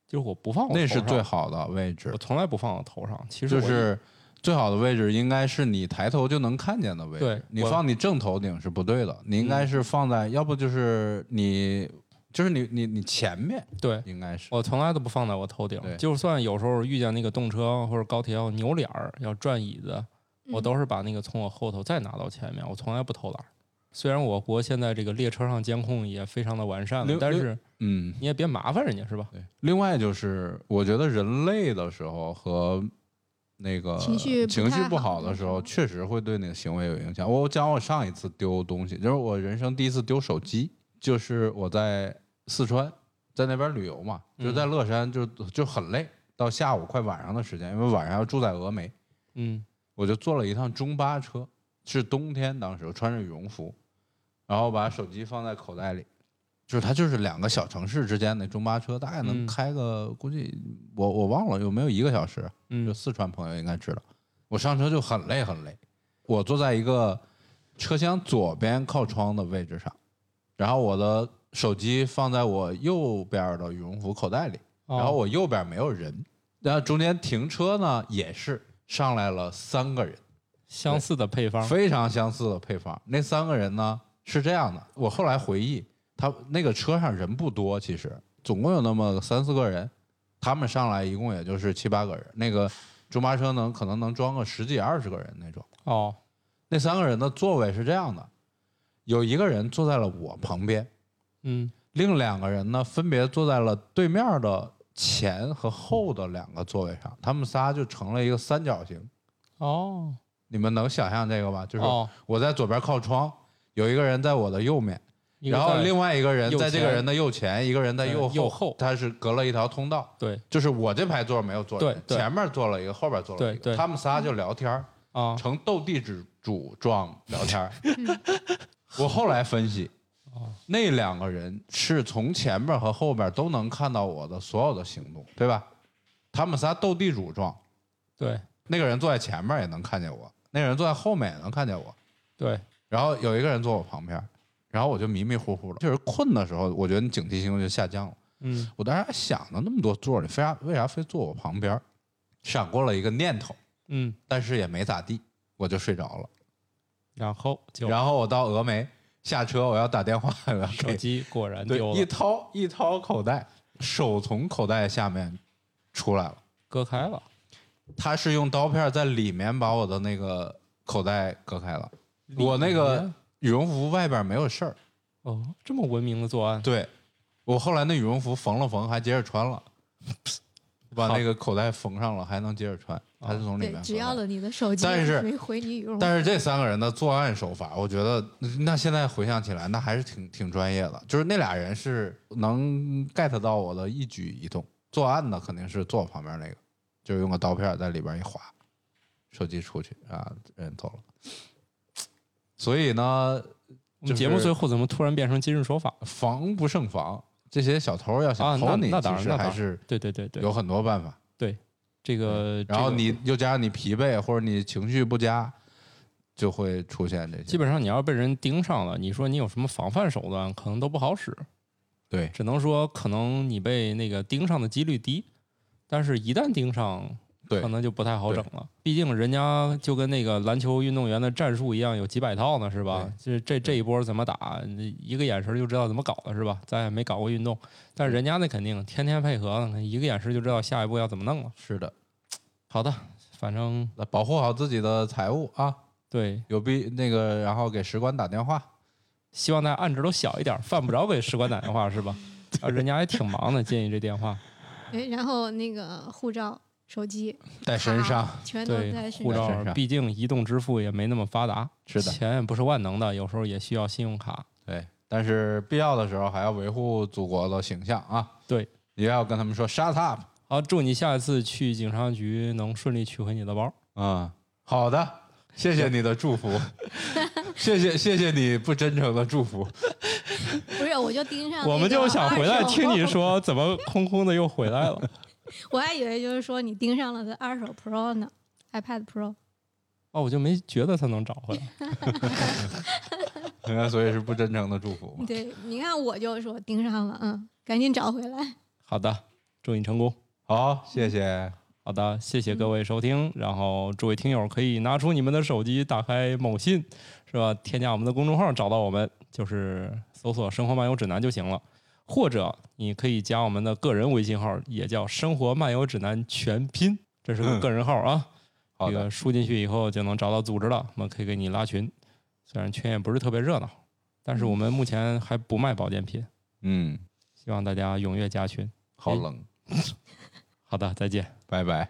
就是我不放我那头是上最好的位置我，从来不放我头上。其实就我是最好的位置应该是你抬头就能看见的位置。对你我嗯放你正头顶是不对的，你应该是放在，要不就是你，就是你你你前面对应该是。我从来都不放在我头顶对，就算有时候遇见那个动车或者高铁要扭脸儿、要转椅子， 嗯我都是把那个从我后头再拿到前面，我从来不偷懒儿。虽然我国现在这个列车上监控也非常的完善了刘，但刘是嗯，你也别麻烦人家是吧？对。另外就是，我觉得人累的时候和那个情绪不情绪太不好好的的时时候候，确实会对你的行为有影响。我讲我上一次丢东西，就是我人生第一次丢手机，就是我在四川，在那边旅游嘛，就嗯在乐山就，就很累，到下午快晚上的时间，因为晚上要住在峨眉，嗯，我就坐了一趟中巴车，是冬天，当时我穿着羽绒服，然后把手机放在口袋里，就是它就是两个小城市之间的中巴车，大概能嗯开个、估计我我忘了有没有一个小时，嗯就四川朋友应该知道。我上车就很累很累，我坐在一个车厢左边靠窗的位置上，然后我的手机放在我右边的羽绒服口袋里，哦然后我右边没有人，然后中间停车呢也是上来了三个人，相似的配方，非常相似的配方。那三个人呢是这样的，我后来回忆，他那个车上人不多，其实总共有那么三四个人，他们上来一共也就是七八个人，那个中巴车能可能能装个十几二十个人那种。哦，那三个人的座位是这样的，有一个人坐在了我旁边，嗯另两个人呢，分别坐在了对面的前和后的两个座位上，他们仨就成了一个三角形。哦你们能想象这个吧？就是哦，我在左边靠窗，有一个人在我的右面，一个然后在另外一个人右在这个前人的右前，一个人在对右右后他是隔了一条通道，对就是我这排座没有坐人，对对前面坐了一个，后边坐了对一个，对他们仨就聊天儿，啊成斗地主主状聊天儿。嗯我后来分析，那两个人是从前面和后边都能看到我的所有的行动，对吧？他们仨斗地主状，对那个人坐在前面也能看见我，那个人坐在后面也能看见我，对，然后有一个人坐我旁边，然后我就迷迷糊糊的。就是困的时候，我觉得你警惕性就下降了。嗯我当时还想了那么多座儿，你非啥为啥非坐我旁边儿？闪过了一个念头，嗯，但是也没咋地，我就睡着了。然后就然后我到峨眉下车，我要打电话，我 要手给机果然 对丢一了，掏一掏口袋，手从口袋下面出来了。割开了，他是用刀片在里面把我的那个口袋割开了，里我那个面羽绒服外边没有事儿。哦，这么文明的作案，对，我后来那羽绒服缝了缝，还接着穿了，把好那个口袋缝上了，还能接着穿，还是从里面缝对的。，只要了你的手机，但是没回你羽绒服，但是这三个人的作案手法，我觉得那现在回想起来，那还是挺挺专业的。就是那俩人是能 get 到我的一举一动，作案的肯定是坐我旁边那个，就是用个刀片在里边一划，手机出去啊，人走了。所以呢，我们节目就是最后怎么突然变成今日说法了？防不胜防，这些小偷要啊想那偷你，那当然其那实当还然是对对对对，有很多办法。这个，然这后个你又加上你疲惫或者你情绪不佳，就会出现这些。基本上你要被人盯上了，你说你有什么防范手段，可能都不好使。对只能说可能你被那个盯上的几率低，但是一旦盯上，对可能就不太好整了。毕竟人家就跟那个篮球运动员的战术一样，有几百套呢，是吧？这这这一波怎么打，你一个眼神就知道怎么搞了，是吧？咱也没搞过运动，但是人家那肯定天天配合，一个眼神就知道下一步要怎么弄了。是的。好的，反正那保护好自己的财物啊，对，有必那个，然后给使馆打电话。希望大家案值都小一点，犯不着给使馆打电话，是 吧？啊，人家也挺忙的，建议这电话。哎然后那个护照、手机带身上，卡全都对在，身护上。照身上毕竟移动支付也没那么发达，是的钱也不是万能的，有时候也需要信用卡。对，但是必要的时候还要维护祖国的形象啊。对，也要跟他们说 shut up 好，祝你下一次去警察局能顺利取回你的包。啊、好的，谢谢你的祝 福，谢谢谢谢你不真诚的祝福。不是，我就盯上。我们就想回来听 你。说，怎么空空的又回来了？我还以为就是说你盯上了的二手 Pro 呢，iPad Pro。哦，我就没觉得他能找回来。嗯所以是不真诚的祝福嘛。对，你看我就说盯上了，嗯，赶紧找回来。好的，祝你成功。好，谢谢。好的，谢谢各位收听。然后诸位听友可以拿出你们的手机，打开某信，是吧？添加我们的公众号，找到我们，就是搜索“生活漫游指南”就行了。或者你可以加我们的个人微信号，也叫“生活漫游指南全拼”，这是个嗯个人号啊。好这的个，输进去以后就能找到组织了，我们可以给你拉群。虽然群也不是特别热闹，但是我们目前还不卖保健品，嗯，希望大家踊跃加群。好冷，好的，再见。拜拜。